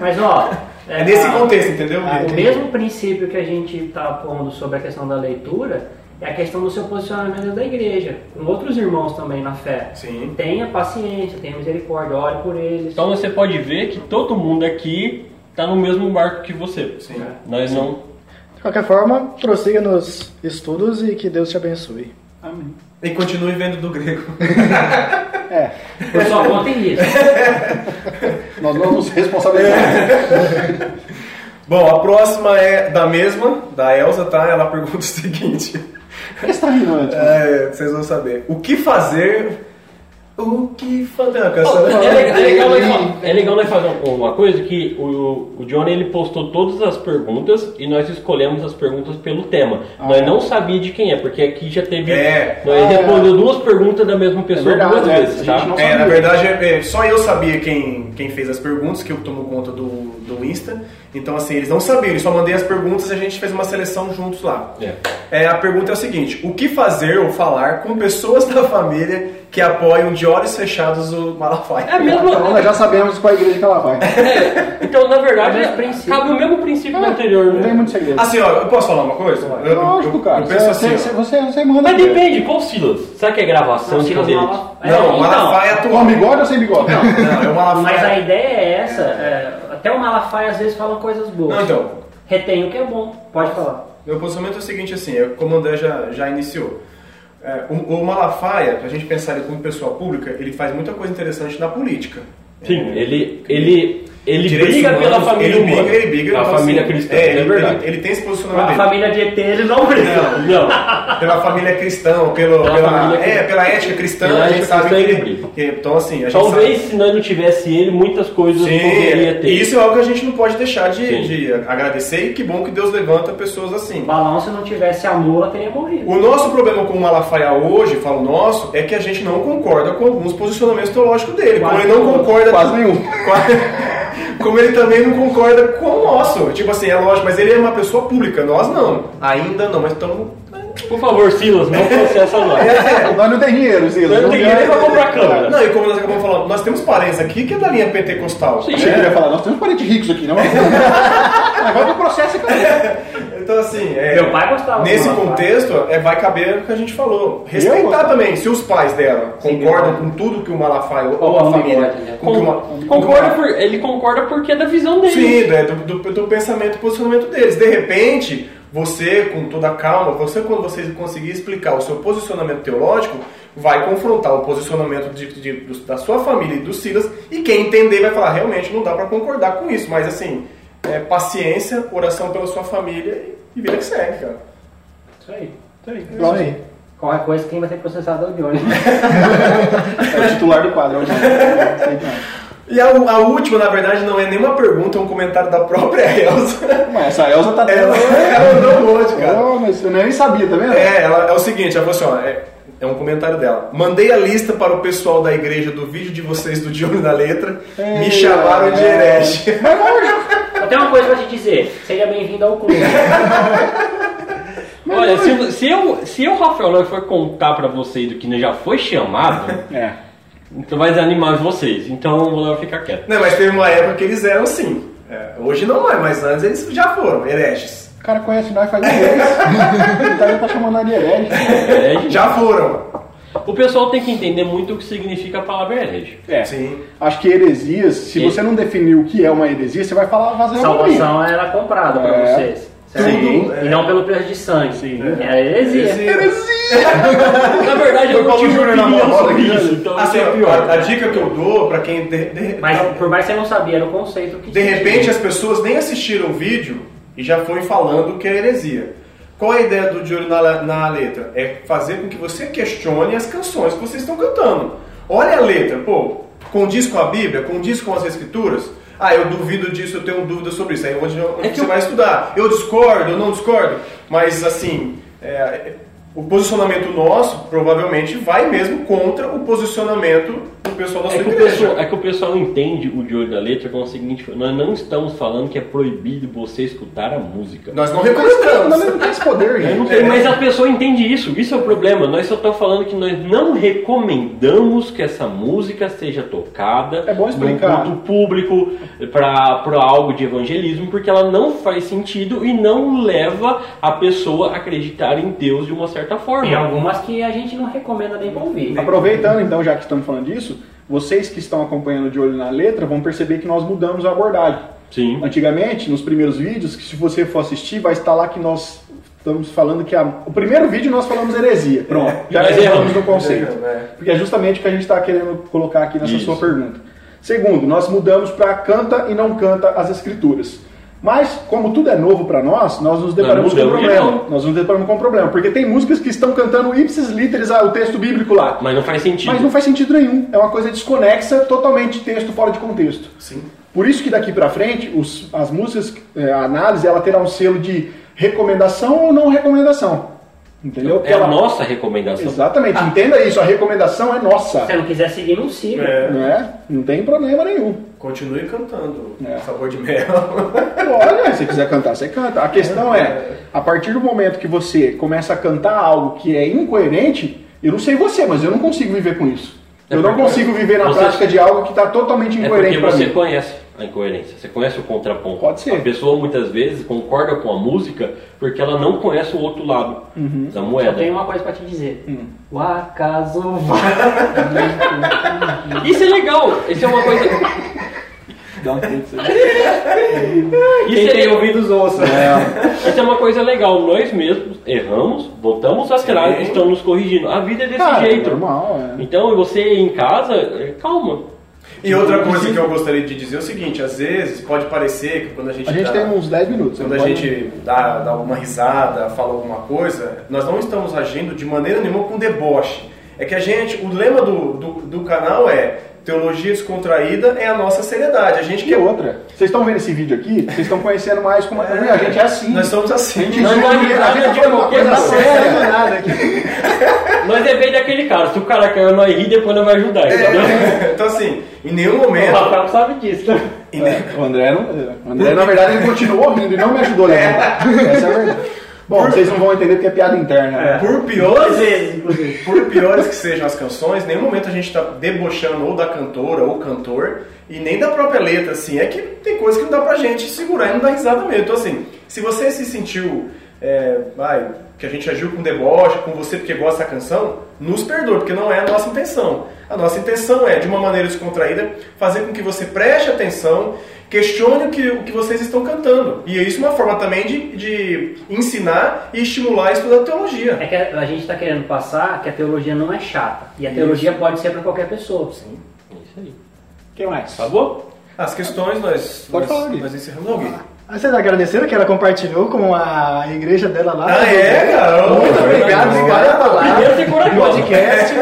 G: Mas ó.
B: É nesse
G: a-
B: contexto, entendeu?
G: a- o mesmo princípio que a gente está pondo sobre a questão da leitura é a questão do seu posicionamento da igreja, com outros irmãos também na fé.
B: Sim.
G: Tenha paciência, tenha misericórdia, ore por eles.
C: Então você pode ver que todo mundo aqui tá no mesmo barco que você.
B: Sim.
C: Nós não.
F: De qualquer forma, prossiga nos estudos e que Deus te abençoe.
A: Amém.
B: E continue vendo do grego.
A: É,
G: Por sua conta e isso.
A: nós não nos responsabilizamos.
B: Bom, a próxima é da mesma, da Elsa, tá? Ela pergunta o seguinte.
A: Por que você tá rindo
F: né?
A: antes?
B: É, vocês vão saber. O que fazer? O que fazer? Não,
C: É,
B: canção-
C: le- é legal, nós fa- é legal nós fazer um- uma coisa que o, o Johnny ele postou todas as perguntas e nós escolhemos as perguntas pelo tema. nós não sabia de quem é, porque aqui já teve.
B: É.
C: Nós respondeu duas perguntas da mesma pessoa
A: verdade,
C: duas
A: é.
C: vezes,
A: A
C: tá?
A: gente não-
B: É, na verdade, é, só eu sabia quem, quem fez as perguntas, que eu tomo conta do, do Insta. Então, assim, eles não sabiam, eu só mandei as perguntas e a gente fez uma seleção juntos lá.
C: É.
B: É, a pergunta é o seguinte: o que fazer ou falar com pessoas da família que apoiam de olhos fechados o Malafaia?
C: É a mesma-
A: Então nós já sabemos qual é a igreja que ela vai.
C: é, então, na verdade,
G: É o mesmo princípio.
C: cabe o mesmo princípio anterior,
A: Não tem
C: né?
A: muito segredo.
B: Assim, ó, eu posso falar uma coisa? Eu- eu-
A: Ah, Lógico, cara.
B: Eu penso
F: é
A: Você-
B: assim. ó.
A: você, você, você manda.
C: Mas depende, qual Silas? Será que é gravação
G: Não,
C: de
G: Silas
C: poder?
G: Malafaia. É,
B: Não,
G: então,
B: o Malafaia
F: Um
A: Com
B: atualmente.
A: bigode ou sem bigode?
B: Não, é o
G: Mas a
B: Malafaia.
G: ideia é essa. é, até o Malafaia às vezes fala coisas boas.
B: Não, então,
G: Retém o que é bom. Pode falar.
B: Meu posicionamento é o seguinte, assim, é como o André já, já iniciou. É, o, o Malafaia, pra gente pensar ele como pessoa pública, ele faz muita coisa interessante na política.
C: Sim, ele, ele Ele
B: Direitos
C: briga
B: humanos,
C: pela família
B: ele
C: humana.
B: briga, ele briga.
C: a
B: fala
C: família
B: assim,
C: cristã,
B: é,
C: é,
B: ele,
C: verdade.
B: Ele, ele tem esse
G: Com a
B: posicionamento dele.
G: família de ET ele não briga.
C: Não,
B: Pela família cristã, pelo,
C: Pela
B: pela,
C: família
B: é,
C: cristã.
B: pela ética cristã,
C: Pela
B: a gente
C: ética
B: sabe
C: cristã,
B: que,
C: ele briga.
B: que- Então, assim, a gente
C: talvez
B: sabe-
C: se nós não tivesse ele, muitas coisas
B: Sim,
C: não poderia ter.
B: e isso é algo que a gente não pode deixar de,
C: Sim.
B: de agradecer e que bom que Deus levanta pessoas assim.
G: Balão, se não tivesse amor, ela teria morrido.
B: O nosso problema com o Malafaia hoje, falo nosso, é que a gente não concorda com alguns posicionamentos teológicos dele. Como
G: Quase
B: ele não
G: todos.
B: concorda
A: Quase
B: com-
A: nenhum.
B: com- Como ele também não concorda com o nosso. Tipo assim, é lógico, mas ele é uma pessoa pública, nós não. Ainda não, mas então.
C: Por favor, Silas, não processa
G: É,
C: nós.
A: Nós não tem dinheiro, Silas.
C: Nós não tem dinheiro pra comprar câmera.
B: Não, e como nós acabamos falando, nós temos parentes aqui que é da linha pentecostal.
C: Sim.
A: Achei que ele ia falar, nós temos parentes ricos aqui, não é? Mas vai pro processo e acabou.
B: Então, assim, é,
G: Meu pai gostava
B: nesse
G: do meu pai.
B: contexto, é, vai caber o que a gente falou. Respeitar
A: Eu?
B: também, se os pais dela
G: Sim,
B: concordam
G: meu pai.
B: com tudo que o Malafaia ou, ou a
G: Concorda,
B: família.
G: né?
B: com que
C: Con-
B: uma- com que
C: concorda
B: uma-
C: por- ele concorda porque é da visão dele.
B: Sim, né, do, do, do pensamento e posicionamento deles. De repente, você, com toda a calma, você, quando você conseguir explicar o seu posicionamento teológico, vai confrontar o posicionamento de, de- dos- da sua família e dos Silas, e quem entender vai falar, realmente não dá pra concordar com isso, mas assim, é, paciência, oração pela sua família e, e vida que segue, cara.
G: Isso aí.
A: Pronto. aí.
G: Qualquer coisa, quem vai ser processado é o Johnny.
A: É o titular do quadro. é o Johnny. Não sei mais.
B: E a, a última, na verdade, não é nenhuma pergunta, é um comentário da própria Elsa.
A: Mas essa Elza tá
B: Ela, é, ela andou hoje, cara.
A: Oh, mas eu nem sabia, tá vendo?
B: É, ela, é o seguinte, ela falou assim, ó, é, é um comentário dela. Mandei a lista para o pessoal da igreja do vídeo de vocês do Diogo na letra, me chamaram de herege.
G: Eu tenho uma coisa pra te dizer. Seja bem-vindo ao clube.
B: É.
C: Olha,
G: é.
C: se, se eu, se eu, Rafael, Noy, for contar pra vocês do que né, já foi chamado,
A: É.
C: então vai desanimar vocês. Então eu vou ficar quieto.
B: Não, mas teve uma época que eles eram sim. É, hoje não é, mas antes eles já foram, hereges.
A: O cara conhece nós faz um mês. O cara tá chamando nós de herege.
C: É, gente.
B: Já foram.
C: o pessoal tem que entender muito o que significa a palavra herege.
A: É.
B: Sim.
A: Acho que heresias, se
C: Ele-
A: você não definir o que é uma heresia, você vai falar vazio
B: é
G: Salvação era comprada pra
A: É.
G: vocês. certo?
A: Sim.
G: E não pelo preço de sangue.
A: Sim.
G: É a heresia.
C: Na verdade, eu
A: Eu
C: não
A: colo o
C: tive
A: Júnior na
C: opinião
A: mão,
C: sobre
A: né?
C: isso. Então,
B: Assim,
C: isso é
B: a, a dica que eu dou pra quem de, de-
G: Mas por mais que você não sabia, era o conceito que
B: de
G: tinha.
B: repente as pessoas nem assistiram o vídeo e já foi falando que é heresia. Qual é a ideia do De Olho na, na Letra? É fazer com que você questione as canções que vocês estão cantando. Olha a letra, pô, condiz com a Bíblia, condiz com as Escrituras? Ah, eu duvido disso, eu tenho dúvida sobre isso. Aí é onde, onde
C: É que
B: você
C: eu-
B: vai estudar? Eu discordo, eu não discordo? Mas assim, é, o posicionamento nosso provavelmente vai mesmo contra o posicionamento do pessoal da sua
C: É que, o
B: igreja.
C: pessoal, é que o pessoal entende o de olho da letra como o seguinte: nós não estamos falando que é proibido você escutar a música.
B: Nós não
A: Não,
B: recomendamos.
A: não tem esse poder, gente.
C: É, Mas a pessoa entende isso, isso é o problema. Nós só estamos falando que nós não recomendamos que essa música seja tocada
A: É bom explicar.
C: no culto público para algo de evangelismo, porque ela não faz sentido e não leva a pessoa a acreditar em Deus de uma certa
G: Tem
C: forma.
G: algumas que a gente não recomenda nem pra ouvir.
A: Aproveitando, então, já que estamos falando disso, vocês que estão acompanhando de olho na letra vão perceber que nós mudamos a abordagem.
C: Sim.
A: Antigamente, nos primeiros vídeos, que se você for assistir, vai estar lá que nós estamos falando que a- o primeiro vídeo nós falamos É. heresia. Pronto, já
C: Nós
A: erramos
C: erramos.
A: no conceito.
B: Erramos, é.
A: Porque é justamente o que a gente está querendo colocar aqui nessa
C: Isso.
A: sua pergunta. Segundo, nós mudamos para canta e não canta as escrituras. Mas, como tudo é novo para nós, nós nos deparamos com um
C: mudamos de
A: problema.
C: novo.
A: Nós nos deparamos com um problema, porque tem músicas que estão cantando ipsis literis ah, o texto bíblico lá.
C: Mas não faz sentido.
A: Mas não faz sentido nenhum. É uma coisa desconexa, totalmente texto fora de contexto.
B: Sim.
A: Por isso que daqui pra frente, os- as músicas, é, a análise, ela terá um selo de recomendação ou não recomendação. Entendeu? Que
C: É a
A: ela-
C: nossa recomendação.
A: Exatamente. Entenda isso. A recomendação é nossa.
G: Se você não quiser seguir, não siga.
B: É.
A: Né? Não tem problema nenhum.
B: Continue cantando.
A: É.
B: Sabor de mel.
A: Olha, se quiser cantar, você canta. A questão é, a partir do momento que você começa a cantar algo que é incoerente, eu não sei você, mas eu não consigo viver com isso.
C: É
A: eu não
C: porque
A: consigo viver na
C: você-
A: prática de algo que está totalmente
C: É porque
A: incoerente pra
C: você
A: mim.
C: conhece a incoerência, você conhece o contraponto.
A: Pode ser.
C: A pessoa muitas vezes concorda com a música porque ela não conhece o outro lado da
G: Só um
C: moeda.
G: tenho uma coisa pra te dizer.
B: Hum.
G: O acaso vai.
C: Isso é legal, isso é uma coisa.
G: Quem
C: isso,
G: tem
C: é,
G: ouvidos ouça.
A: né?
C: isso é uma coisa legal. Nós mesmos erramos, voltamos atrás e estamos nos corrigindo. A vida é desse
A: Cara, é
C: jeito.
A: normal, é.
C: Então você em casa, é, calma.
B: E outra coisa que eu gostaria de dizer é o seguinte, às vezes pode parecer que quando a gente
A: A gente
B: tá-
A: tem uns 10 minutos. né?
B: Quando a
A: pode-
B: gente dá, dá alguma risada, fala alguma coisa, nós não estamos agindo de maneira nenhuma com deboche. É que a gente, o lema do, do, do canal é teologia descontraída é a nossa seriedade. A gente
A: um Que é
B: quer.
A: outra? Vocês estão vendo esse vídeo aqui? Vocês estão conhecendo mais como a gente é assim.
B: Nós somos assim.
C: Nós não é de qualquer
A: Coisa
C: coisa.
A: séria, não é nada aqui.
C: Nós é bem daquele cara. Se o cara caiu, nós ri, depois nós vai ajudar, entendeu? É
B: então assim, em nenhum
C: O
B: momento.
C: Rafael sabe disso.
B: em ne-
A: O André, não, o André, na verdade, ele continuou rindo e não me ajudou a levantar. Essa é a verdade. Bom, vocês não vão entender porque é piada interna. né?
B: Por piores, por piores que sejam as canções, em nenhum momento a gente está debochando ou da cantora ou cantor e nem da própria letra, assim. É que tem coisa que não dá pra gente segurar e não dá risada mesmo. Então, assim, se você se sentiu, é, vai, que a gente agiu com deboche, com você porque gosta da canção, nos perdoa, porque não é a nossa intenção. A nossa intenção é, de uma maneira descontraída, fazer com que você preste atenção, questione o que, o que vocês estão cantando. E isso é uma forma também de, de ensinar e estimular a estudar teologia.
G: É que a a gente está querendo passar que a teologia não é chata. E a teologia pode ser para qualquer pessoa. Sim.
C: Isso aí.
A: Quem mais?
C: Acabou?
B: As questões nós,
A: Pode
B: nós,
A: falar, Gui.
B: nós encerramos Gui.
F: Ah, Vocês agradeceram que ela compartilhou com a igreja dela lá?
B: Ah, é, cara?
F: Muito
B: Ô,
F: obrigado,
B: irmão.
F: obrigado a palavra.
C: Primeiro tem coragem.
F: Podcast.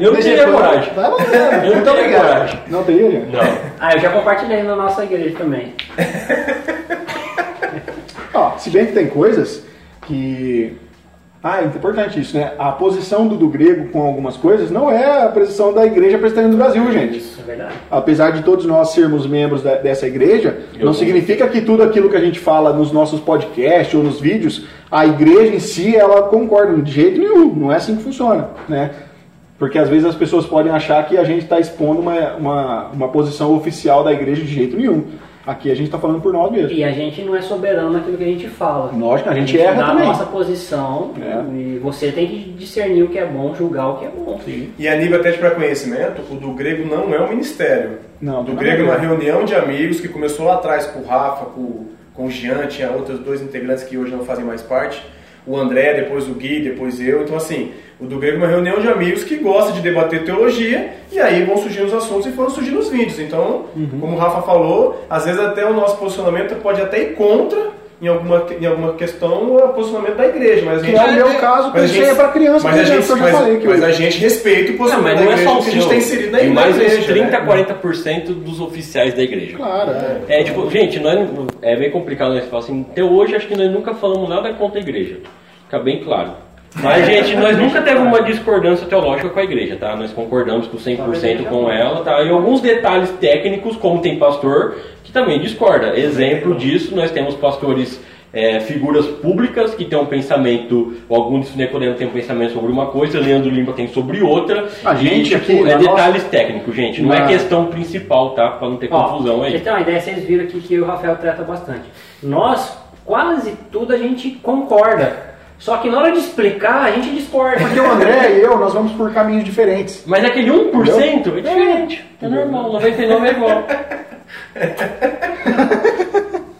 C: Eu não teria
F: Depois-
C: coragem.
F: Vai lá, né?
C: Eu não teria
F: Obrigado.
C: coragem.
A: Não teria?
C: Não.
G: Ah, eu já compartilhei na nossa igreja também.
A: Ó, se bem que tem coisas que. Ah, é importante isso, né? A posição do, do grego com algumas coisas não é a posição da igreja presbiteriana do Brasil, gente.
G: Isso é verdade.
A: Apesar de todos nós sermos membros da- dessa igreja, não significa que tudo aquilo que a gente fala nos nossos podcasts ou nos vídeos, a igreja em si, ela concorda de jeito nenhum. Não é assim que funciona, né? Porque às vezes as pessoas podem achar que a gente está expondo uma, uma, uma posição oficial da igreja de jeito nenhum. Aqui a gente está falando por nós mesmos.
G: E a gente não é soberano naquilo que a gente fala.
A: Lógico, a gente erra
G: dá
A: também.
G: a nossa posição
A: É.
G: e você tem que discernir o que é bom, julgar o que é bom.
B: E a nível até de pré-conhecimento, o do grego não é um ministério.
A: Não,
B: O do
A: não é
B: grego é uma
A: mesmo.
B: reunião de amigos que começou lá atrás com o Rafa, com, com o Jean, tinha outros dois integrantes que hoje não fazem mais parte. O André, depois o Gui, depois eu. Então, assim, o do grego é uma reunião de amigos que gosta de debater teologia e aí vão surgindo os assuntos e foram surgindo os vídeos. Então,
A: Uhum.
B: como o Rafa falou, às vezes até o nosso posicionamento pode até ir contra, em alguma, em alguma questão, o posicionamento da igreja. Mas a
A: Que
B: gente
A: é o meu caso, que eu é para criança,
B: mas a
A: que
B: gente,
A: eu já
B: mas-
A: falei que
B: mas
A: eu-
B: a gente respeita o
C: Não,
B: posicionamento
C: mas
B: da
C: não é
B: igreja,
C: só o
B: porque a gente
C: seu.
B: tem inserido na
C: Tem mais
B: igreja,
C: uns
B: né?
C: 30, 40% dos oficiais da igreja.
A: Claro,
F: né?
A: é.
C: É tipo, gente, nós, não- é meio complicado nós falar assim. Até hoje acho que nós nunca falamos nada contra a igreja. Fica bem claro.
A: É.
C: Mas, gente, nós nunca teve uma discordância teológica com a igreja, tá? Nós concordamos com 100% com ela, tá? E alguns detalhes técnicos, como tem pastor, que também discorda. Exemplo disso, nós temos pastores, é, figuras públicas, que têm um pensamento, algum de Sunecoreno tem um pensamento sobre uma coisa, Leandro Lima tem sobre outra.
A: A gente
C: e, tipo,
A: aqui, na
C: é detalhes técnicos, gente. Não é
A: Na- é
C: questão principal, tá? Pra não ter confusão aí.
G: Vocês têm uma ideia, vocês viram aqui que o Rafael trata bastante. Nós, quase tudo a gente concorda. Só que na hora de explicar, a gente discorda.
A: Porque o André e eu, nós vamos por caminhos diferentes.
C: Mas aquele 1% é diferente. É normal, 99 é igual.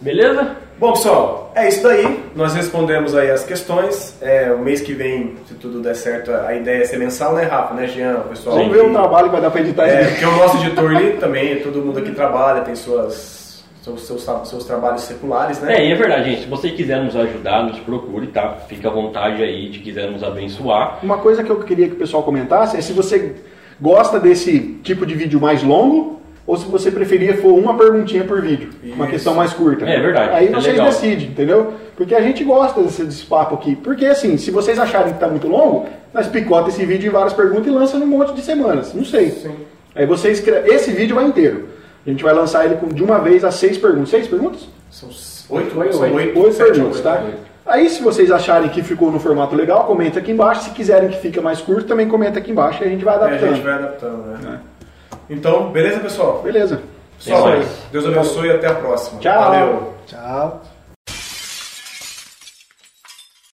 C: Beleza?
B: Bom, pessoal, é isso daí. Nós respondemos aí as questões. É, o mês que vem, se tudo der certo, a ideia é ser mensal, né, Rafa? Né, Jean? O pessoal.
A: Vamos ver o trabalho que vai dar pra editar
B: É,
A: isso.
B: porque o nosso editor ali também, todo mundo aqui trabalha, tem suas, seus, seus, tra- seus trabalhos seculares, né?
C: É, e é verdade, gente. Se você quiser nos ajudar, nos procure, tá? Fica à vontade aí de quiser nos abençoar.
A: Uma coisa que eu queria que o pessoal comentasse é se você gosta desse tipo de vídeo mais longo ou se você preferia for uma perguntinha por vídeo, uma
B: Isso.
A: questão mais curta.
C: É verdade,
A: Aí
C: é
A: vocês
C: legal.
A: decidem, entendeu? Porque a gente gosta desse, desse papo aqui. Porque assim, se vocês acharem que tá muito longo, nós picota esse vídeo em várias perguntas e lança num monte de semanas. Não sei. Aí você escreve. Esse vídeo vai inteiro. A gente vai lançar ele com- de uma vez as seis perguntas. Seis perguntas?
B: São s- oito,
G: Oito,
B: oito,
G: oito.
B: oito,
A: Oito
B: sete,
A: perguntas,
B: oito. É,
A: tá? Aí, se vocês acharem que ficou no formato legal, comenta aqui embaixo. Se quiserem que fique mais curto, também comenta aqui embaixo e a gente vai
B: É, a
A: adaptando. É.
B: gente vai adaptando, né? Então, beleza, pessoal?
A: Beleza.
B: Pessoal,
C: mais.
B: Deus abençoe e até a próxima.
A: É Tchau.
B: Valeu.
F: Tchau.